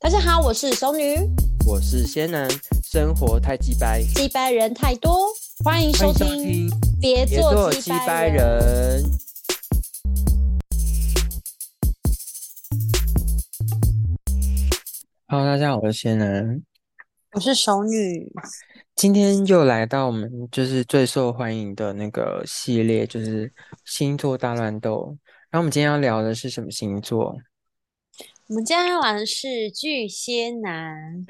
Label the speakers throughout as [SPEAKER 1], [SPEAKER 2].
[SPEAKER 1] 大家好，我是熟女，
[SPEAKER 2] 我是仙男，生活太鸡掰，
[SPEAKER 1] 击败人太多，欢迎收
[SPEAKER 2] 欢
[SPEAKER 1] 听，
[SPEAKER 2] 迎收听
[SPEAKER 1] 别
[SPEAKER 2] 别
[SPEAKER 1] 做
[SPEAKER 2] 做
[SPEAKER 1] 击
[SPEAKER 2] 鸡
[SPEAKER 1] 败
[SPEAKER 2] 掰
[SPEAKER 1] 人。
[SPEAKER 2] 人。Hello，大家好，我是仙男，
[SPEAKER 1] 我是熟女，
[SPEAKER 2] 今天又来到我们就是最受欢迎的那个系列，就是星座大乱斗。然后我们今天要聊的是什么星座？
[SPEAKER 1] 我们今天要玩的是巨蟹男，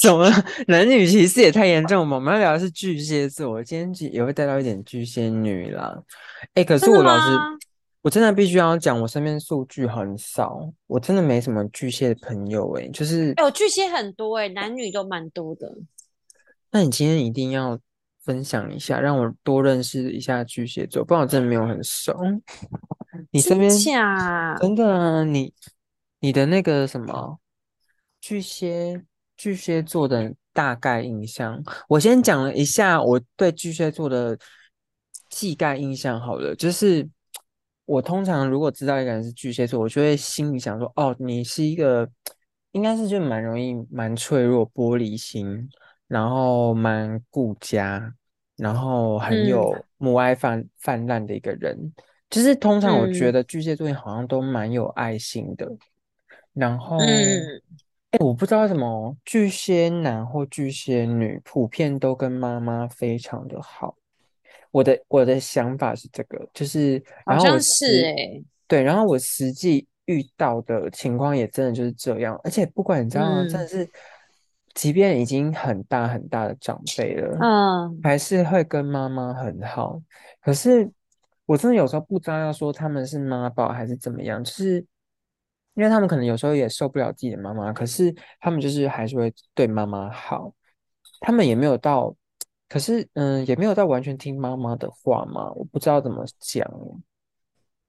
[SPEAKER 2] 怎么了男女歧视也太严重了吧？我们要聊的是巨蟹座，我今天也会带到一点巨蟹女啦。哎、可是
[SPEAKER 1] 真的
[SPEAKER 2] 我老实，
[SPEAKER 1] 吗
[SPEAKER 2] 我真的必须要讲，我身边数据很少，我真的没什么巨蟹的朋友、欸。哎，就是，
[SPEAKER 1] 哎、我巨蟹很多哎、男女都蛮多的。
[SPEAKER 2] 那你今天一定要分享一下，让我多认识一下巨蟹座，不然我真的没有 很熟。你身边
[SPEAKER 1] 假？
[SPEAKER 2] 真的啊？你你的那个什么巨蟹巨蟹座的大概印象，我先讲了一下我对巨蟹座的技概印象好了，就是我通常如果知道一个人是巨蟹座，我就会心里想说，哦，你是一个应该是就蛮容易蛮脆弱、玻璃心，然后蛮顾家，然后很
[SPEAKER 1] 嗯
[SPEAKER 2] 有母爱泛泛滥的一个人。就是通常我觉
[SPEAKER 1] 嗯
[SPEAKER 2] 得巨蟹座好像都蛮有爱心的，然后，
[SPEAKER 1] 嗯，
[SPEAKER 2] 哎，我不知道为什么巨蟹男或巨蟹女普遍都跟妈妈非常的好。我的我的想法是这个，就是
[SPEAKER 1] 好
[SPEAKER 2] 然后我
[SPEAKER 1] 像是
[SPEAKER 2] 实
[SPEAKER 1] 哎、
[SPEAKER 2] 对，然后我实际遇到的情况也真的就是这样，而且不管你知道吗，真
[SPEAKER 1] 嗯
[SPEAKER 2] 的是，即便已经很大很大的长辈了，
[SPEAKER 1] 嗯，
[SPEAKER 2] 还是会跟妈妈很好。可是我真的有时候不知道要说他们是妈宝还是怎么样，就是因为他们可能有时候也受不了自己的妈妈，可是他们就是还是会对妈妈好，他们也没有到，可是嗯，也没有到完全听妈妈的话嘛，我不知道怎么讲欸，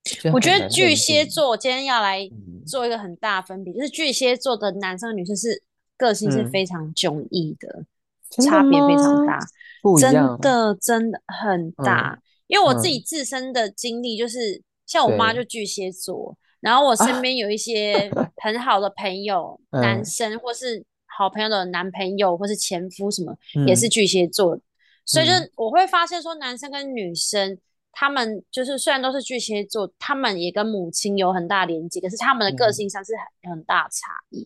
[SPEAKER 2] 就
[SPEAKER 1] 我觉
[SPEAKER 2] 很
[SPEAKER 1] 得
[SPEAKER 2] 难
[SPEAKER 1] 巨
[SPEAKER 2] 认
[SPEAKER 1] 蟹
[SPEAKER 2] 定。
[SPEAKER 1] 座今天要来
[SPEAKER 2] 嗯
[SPEAKER 1] 做一个很大的分别，就是巨蟹座的男生和女生是个性是
[SPEAKER 2] 嗯，
[SPEAKER 1] 非常迥异的，
[SPEAKER 2] 真的
[SPEAKER 1] 差别非常
[SPEAKER 2] 吗？
[SPEAKER 1] 大，
[SPEAKER 2] 不一
[SPEAKER 1] 真
[SPEAKER 2] 样，
[SPEAKER 1] 的真的很
[SPEAKER 2] 嗯
[SPEAKER 1] 大。因为我自己
[SPEAKER 2] 嗯，
[SPEAKER 1] 自身的经历就是，像我妈
[SPEAKER 2] 对
[SPEAKER 1] 就巨蟹座，然后我身
[SPEAKER 2] 啊，
[SPEAKER 1] 边有一 些很好的朋友，男
[SPEAKER 2] 嗯
[SPEAKER 1] 生或是好朋友的男朋友或是前夫什么，也是
[SPEAKER 2] 嗯
[SPEAKER 1] 巨蟹座，所以就
[SPEAKER 2] 嗯
[SPEAKER 1] 是我会发现说，男生跟女生他们就是虽然都是巨蟹座，他们也跟母亲有很大连接，可是他们的个
[SPEAKER 2] 嗯，
[SPEAKER 1] 性上是很很大差异，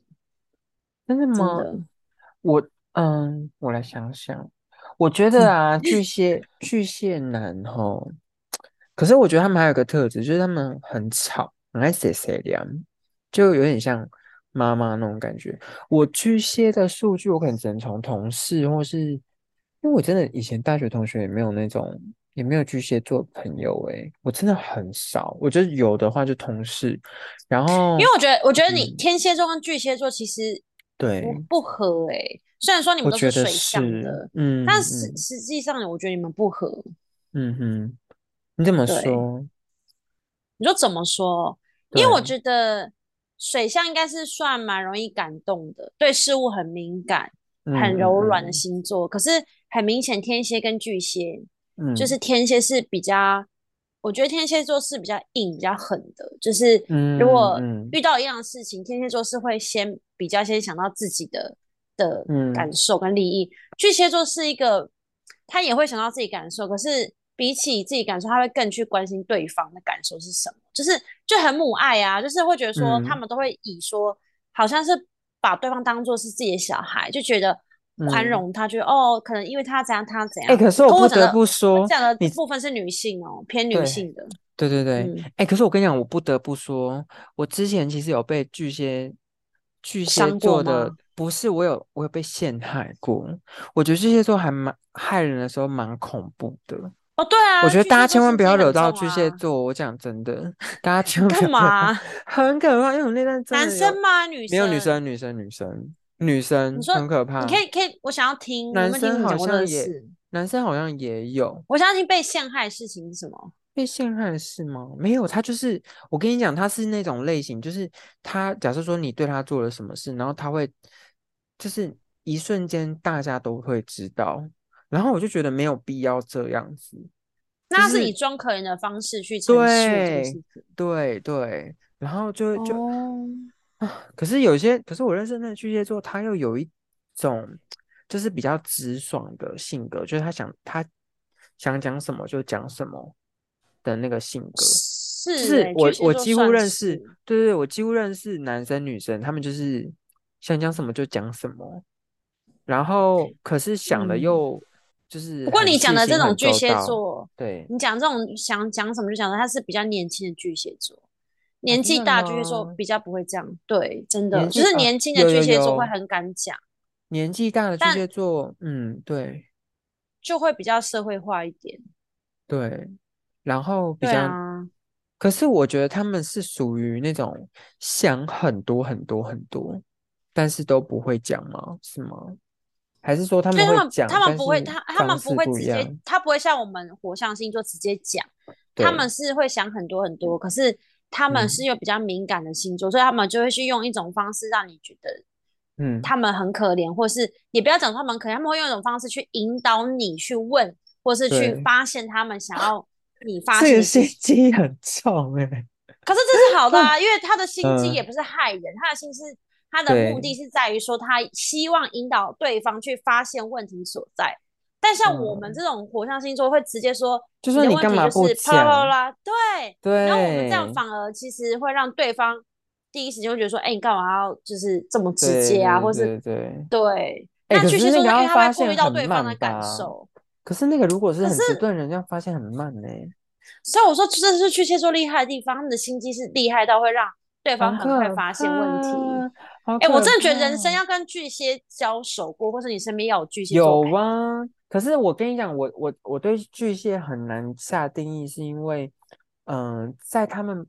[SPEAKER 2] 真的
[SPEAKER 1] 真
[SPEAKER 2] 吗？
[SPEAKER 1] 的。
[SPEAKER 2] 我嗯，我来想想，我觉
[SPEAKER 1] 嗯
[SPEAKER 2] 得啊，巨蟹巨蟹男吼，可是我觉得他们还有个特质，就是他们很吵，很爱碎碎念，就有点像妈妈那种感觉。我巨蟹的数据，我可能只能从同事或是，因为我真的以前大学同学也没有那种，也没有巨蟹座朋友诶，我真的很少。我觉得有的话就同事，然
[SPEAKER 1] 因
[SPEAKER 2] 后
[SPEAKER 1] 为我觉得，我觉得你
[SPEAKER 2] 嗯，
[SPEAKER 1] 天蝎座跟巨蟹座其实不
[SPEAKER 2] 对，
[SPEAKER 1] 不合诶、虽然说你们
[SPEAKER 2] 我
[SPEAKER 1] 都是
[SPEAKER 2] 觉得
[SPEAKER 1] 水象
[SPEAKER 2] 是，
[SPEAKER 1] 的，但
[SPEAKER 2] 嗯
[SPEAKER 1] 实
[SPEAKER 2] 嗯
[SPEAKER 1] 实际上我觉得你们不合。
[SPEAKER 2] 嗯哼。你怎么
[SPEAKER 1] 对，
[SPEAKER 2] 说？
[SPEAKER 1] 你说怎么说？因为我
[SPEAKER 2] 对，
[SPEAKER 1] 觉得水象应该是算蛮容易感动的，对事物很敏感、
[SPEAKER 2] 嗯
[SPEAKER 1] 很
[SPEAKER 2] 嗯
[SPEAKER 1] 柔软的
[SPEAKER 2] 嗯
[SPEAKER 1] 星座。可是很明显，天蝎跟巨蟹，就是
[SPEAKER 2] 嗯
[SPEAKER 1] 天蝎是比较，我觉得天蝎座是比较硬、比较狠的。就是如
[SPEAKER 2] 嗯
[SPEAKER 1] 果
[SPEAKER 2] 嗯
[SPEAKER 1] 遇到一样的事情，天蝎座是会先比较先想到自己的的
[SPEAKER 2] 嗯
[SPEAKER 1] 感受跟利益，巨蟹座是一个，他也会想到自己感受，可是比起自己感受，他会更去关心对方的感受是什么，就是就很母爱啊，就是会觉得说他
[SPEAKER 2] 嗯
[SPEAKER 1] 们都会以说好像是把对方当做是自己的小孩，就觉得宽
[SPEAKER 2] 嗯。
[SPEAKER 1] 容他，觉得哦，可能因为他怎样他怎
[SPEAKER 2] 哎、
[SPEAKER 1] 样。
[SPEAKER 2] 可是我
[SPEAKER 1] 可
[SPEAKER 2] 不
[SPEAKER 1] 我讲
[SPEAKER 2] 得
[SPEAKER 1] 的
[SPEAKER 2] 不
[SPEAKER 1] 我
[SPEAKER 2] 说，
[SPEAKER 1] 讲的
[SPEAKER 2] 你
[SPEAKER 1] 部分是女性哦，偏女
[SPEAKER 2] 对
[SPEAKER 1] 性的，
[SPEAKER 2] 对对对，
[SPEAKER 1] 嗯，
[SPEAKER 2] 哎、可是我跟你讲，我不得不说，我之前其实有被巨蟹巨蟹
[SPEAKER 1] 伤过
[SPEAKER 2] 座的，
[SPEAKER 1] 吗？
[SPEAKER 2] 不是我有我有被陷害过。我觉得巨蟹座还蛮害人的时候蛮恐怖的。
[SPEAKER 1] 哦，对
[SPEAKER 2] 我
[SPEAKER 1] 啊，
[SPEAKER 2] 觉得
[SPEAKER 1] 巨蟹
[SPEAKER 2] 大
[SPEAKER 1] 座
[SPEAKER 2] 家千万
[SPEAKER 1] 心机
[SPEAKER 2] 不要惹
[SPEAKER 1] 很
[SPEAKER 2] 到
[SPEAKER 1] 重
[SPEAKER 2] 巨蟹
[SPEAKER 1] 啊，
[SPEAKER 2] 座，我讲真的， 大家千万不
[SPEAKER 1] 干
[SPEAKER 2] 要惹到，
[SPEAKER 1] 嘛？
[SPEAKER 2] 很可怕，因为我那段真
[SPEAKER 1] 男
[SPEAKER 2] 的
[SPEAKER 1] 生
[SPEAKER 2] 有
[SPEAKER 1] 吗？女
[SPEAKER 2] 没有女
[SPEAKER 1] 生？
[SPEAKER 2] 生，女生，女生，女
[SPEAKER 1] 你
[SPEAKER 2] 生
[SPEAKER 1] 说，
[SPEAKER 2] 很可
[SPEAKER 1] 你
[SPEAKER 2] 怕。
[SPEAKER 1] 可以可以，我想要听，我
[SPEAKER 2] 男
[SPEAKER 1] 没有听
[SPEAKER 2] 生
[SPEAKER 1] 你讲
[SPEAKER 2] 好
[SPEAKER 1] 过这个
[SPEAKER 2] 像也，
[SPEAKER 1] 事，
[SPEAKER 2] 男生好像也有
[SPEAKER 1] 我想要听被陷害的事情是什么？
[SPEAKER 2] 被陷害是吗？没有，他就是我跟你讲，他是那种类型，就是他假设说你对他做了什么事，然后他会就是一瞬间大家都会知道，然后我就觉得没有必要这样子，就
[SPEAKER 1] 那是以
[SPEAKER 2] 是
[SPEAKER 1] 装可怜的方式去陈述这个
[SPEAKER 2] 对
[SPEAKER 1] 事情。
[SPEAKER 2] 对对，然后就就
[SPEAKER 1] 哦，
[SPEAKER 2] 啊，可是有些，可是我认识那个巨蟹座，他又有一种就是比较直爽的性格，就是他想他想讲什么就讲什么的那个性格。就是是
[SPEAKER 1] 欸
[SPEAKER 2] 我
[SPEAKER 1] 巨蟹
[SPEAKER 2] 我
[SPEAKER 1] 座
[SPEAKER 2] 几乎
[SPEAKER 1] 算
[SPEAKER 2] 认
[SPEAKER 1] 是
[SPEAKER 2] 识，对对对，我几乎认识男生女生，他们就是想讲什么就讲什么，然后可是想的
[SPEAKER 1] 嗯
[SPEAKER 2] 又就是
[SPEAKER 1] 不过
[SPEAKER 2] 很
[SPEAKER 1] 你讲
[SPEAKER 2] 细
[SPEAKER 1] 的
[SPEAKER 2] 心
[SPEAKER 1] 这种
[SPEAKER 2] 很
[SPEAKER 1] 巨
[SPEAKER 2] 周
[SPEAKER 1] 蟹
[SPEAKER 2] 到，
[SPEAKER 1] 座，
[SPEAKER 2] 对，
[SPEAKER 1] 你讲这种想讲什么就讲什么，他是比较年轻的巨蟹座，年
[SPEAKER 2] 哦真
[SPEAKER 1] 纪
[SPEAKER 2] 的
[SPEAKER 1] 大的巨蟹座
[SPEAKER 2] 吗
[SPEAKER 1] 比较不会这样。对，真的
[SPEAKER 2] 年
[SPEAKER 1] 就
[SPEAKER 2] 纪
[SPEAKER 1] 是
[SPEAKER 2] 啊
[SPEAKER 1] 年轻的
[SPEAKER 2] 有
[SPEAKER 1] 巨
[SPEAKER 2] 有
[SPEAKER 1] 蟹座会
[SPEAKER 2] 有
[SPEAKER 1] 很敢讲，
[SPEAKER 2] 年纪大的巨
[SPEAKER 1] 但
[SPEAKER 2] 蟹座，嗯，对
[SPEAKER 1] 就会比较社会化一点。
[SPEAKER 2] 对，然后比
[SPEAKER 1] 对
[SPEAKER 2] 较，
[SPEAKER 1] 啊，
[SPEAKER 2] 可是我觉得他们是属于那种想很多很多很多，但是都不会讲吗？是吗？还是说他
[SPEAKER 1] 对
[SPEAKER 2] 们
[SPEAKER 1] 他
[SPEAKER 2] 会
[SPEAKER 1] 们，他
[SPEAKER 2] 讲，
[SPEAKER 1] 们
[SPEAKER 2] 但
[SPEAKER 1] 不会，
[SPEAKER 2] 是
[SPEAKER 1] 他他
[SPEAKER 2] 方
[SPEAKER 1] 们不
[SPEAKER 2] 式
[SPEAKER 1] 会
[SPEAKER 2] 不一
[SPEAKER 1] 直接
[SPEAKER 2] 样？，
[SPEAKER 1] 他不会像我们火象星座直接讲，他
[SPEAKER 2] 对，
[SPEAKER 1] 们是会想很多很多，可是他们是
[SPEAKER 2] 嗯
[SPEAKER 1] 又比较敏感的星座，所以他们就会去用一种方式让你觉得
[SPEAKER 2] 嗯
[SPEAKER 1] 他们很可怜，或是也不要讲他们可怜，他们会用一种方式去引导你去问，或是去
[SPEAKER 2] 对，
[SPEAKER 1] 发现他们想要你发
[SPEAKER 2] 这
[SPEAKER 1] 现
[SPEAKER 2] 个
[SPEAKER 1] 的事
[SPEAKER 2] 心
[SPEAKER 1] 情。
[SPEAKER 2] 机很重哎、
[SPEAKER 1] 可是这是好的
[SPEAKER 2] 啊，
[SPEAKER 1] 啊，因为他的心机也
[SPEAKER 2] 嗯，
[SPEAKER 1] 不是害人，他的心是他的目
[SPEAKER 2] 对，
[SPEAKER 1] 的是在于说他希望引导对方去发现问题所在。但像我们
[SPEAKER 2] 嗯，
[SPEAKER 1] 这种火象星座会直接说
[SPEAKER 2] 就
[SPEAKER 1] 你
[SPEAKER 2] 说
[SPEAKER 1] 的
[SPEAKER 2] 你
[SPEAKER 1] 问
[SPEAKER 2] 干
[SPEAKER 1] 题
[SPEAKER 2] 嘛
[SPEAKER 1] 就
[SPEAKER 2] 不
[SPEAKER 1] 是啪啦啪啦
[SPEAKER 2] 讲？
[SPEAKER 1] 啦，对。然后我们这样
[SPEAKER 2] 对，
[SPEAKER 1] 反而其实会让对方第一时间会觉得说，哎，你干嘛要就是这么直
[SPEAKER 2] 对
[SPEAKER 1] 接啊，
[SPEAKER 2] 对
[SPEAKER 1] 或是
[SPEAKER 2] 对对。
[SPEAKER 1] 对。
[SPEAKER 2] 哎、
[SPEAKER 1] 那
[SPEAKER 2] 可
[SPEAKER 1] 巨蟹
[SPEAKER 2] 是
[SPEAKER 1] 座
[SPEAKER 2] 那个
[SPEAKER 1] 是因为他会
[SPEAKER 2] 要发
[SPEAKER 1] 顾虑
[SPEAKER 2] 现
[SPEAKER 1] 到
[SPEAKER 2] 很
[SPEAKER 1] 对方的
[SPEAKER 2] 慢
[SPEAKER 1] 感
[SPEAKER 2] 吧？
[SPEAKER 1] 受，
[SPEAKER 2] 可是那个如果是
[SPEAKER 1] 可
[SPEAKER 2] 很
[SPEAKER 1] 是
[SPEAKER 2] 直断人，要发现很慢呢、
[SPEAKER 1] 所以我说，这是巨蟹座厉害的地方，他们的心机是厉害到会让对
[SPEAKER 2] 好
[SPEAKER 1] 方很快
[SPEAKER 2] 可
[SPEAKER 1] 发
[SPEAKER 2] 怕，
[SPEAKER 1] 现问题。
[SPEAKER 2] 好
[SPEAKER 1] 哎，我
[SPEAKER 2] 可
[SPEAKER 1] 真的觉得人生
[SPEAKER 2] 怕。
[SPEAKER 1] 要跟巨蟹交手过，或者你身边要有巨蟹座
[SPEAKER 2] 有
[SPEAKER 1] 陪你。
[SPEAKER 2] 啊，可是我跟你讲，我我我对巨蟹很难下定义，是因为，嗯、在他们，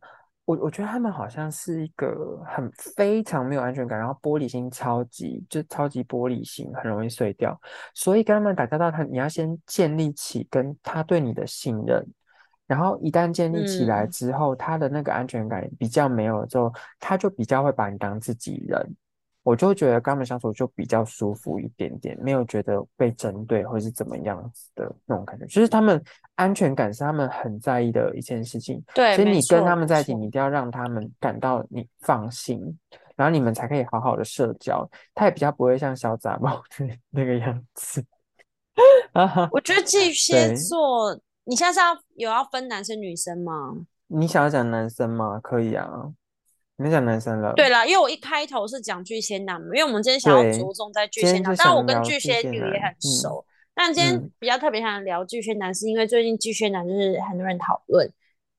[SPEAKER 2] 我我觉得他们好像是一个很非常没有安全感，然后玻璃心超级，就超级玻璃心，很容易碎掉。所以跟他们打交道，他你要先建立起跟他对你的信任，然后一旦建立起来
[SPEAKER 1] 嗯，
[SPEAKER 2] 之后，他的那个安全感比较没有了之后，他就比较会把你当自己人。我就觉得跟他们相处就比较舒服一点点，没有觉得被针对或是怎么样子的那种感觉。就是他们安全感是他们很在意的一件事情，
[SPEAKER 1] 对，
[SPEAKER 2] 所以
[SPEAKER 1] 哎没
[SPEAKER 2] 你跟
[SPEAKER 1] 错，
[SPEAKER 2] 他们
[SPEAKER 1] 没
[SPEAKER 2] 在一起，你
[SPEAKER 1] 错。
[SPEAKER 2] 一定要让他们感到你放心，然后你们才可以好好的社交。他也比较不会像小杂毛 那个样子啊哈。
[SPEAKER 1] 我觉得巨蟹
[SPEAKER 2] 对，
[SPEAKER 1] 座，你现在是要有要分男生女生吗？
[SPEAKER 2] 你想要讲男生吗？可以啊，你讲男生了。
[SPEAKER 1] 对啦，因为我一开头是讲巨蟹男嘛，因为我们今天想要
[SPEAKER 2] 对，
[SPEAKER 1] 着重在巨
[SPEAKER 2] 今
[SPEAKER 1] 蟹
[SPEAKER 2] 天
[SPEAKER 1] 男，
[SPEAKER 2] 就
[SPEAKER 1] 当然我
[SPEAKER 2] 想
[SPEAKER 1] 跟
[SPEAKER 2] 聊
[SPEAKER 1] 巨
[SPEAKER 2] 巨
[SPEAKER 1] 蟹
[SPEAKER 2] 蟹
[SPEAKER 1] 女也
[SPEAKER 2] 男，
[SPEAKER 1] 很
[SPEAKER 2] 嗯
[SPEAKER 1] 熟，但今天
[SPEAKER 2] 嗯，
[SPEAKER 1] 比较特别想聊巨蟹男，是因为最近巨蟹男就是很多人讨论，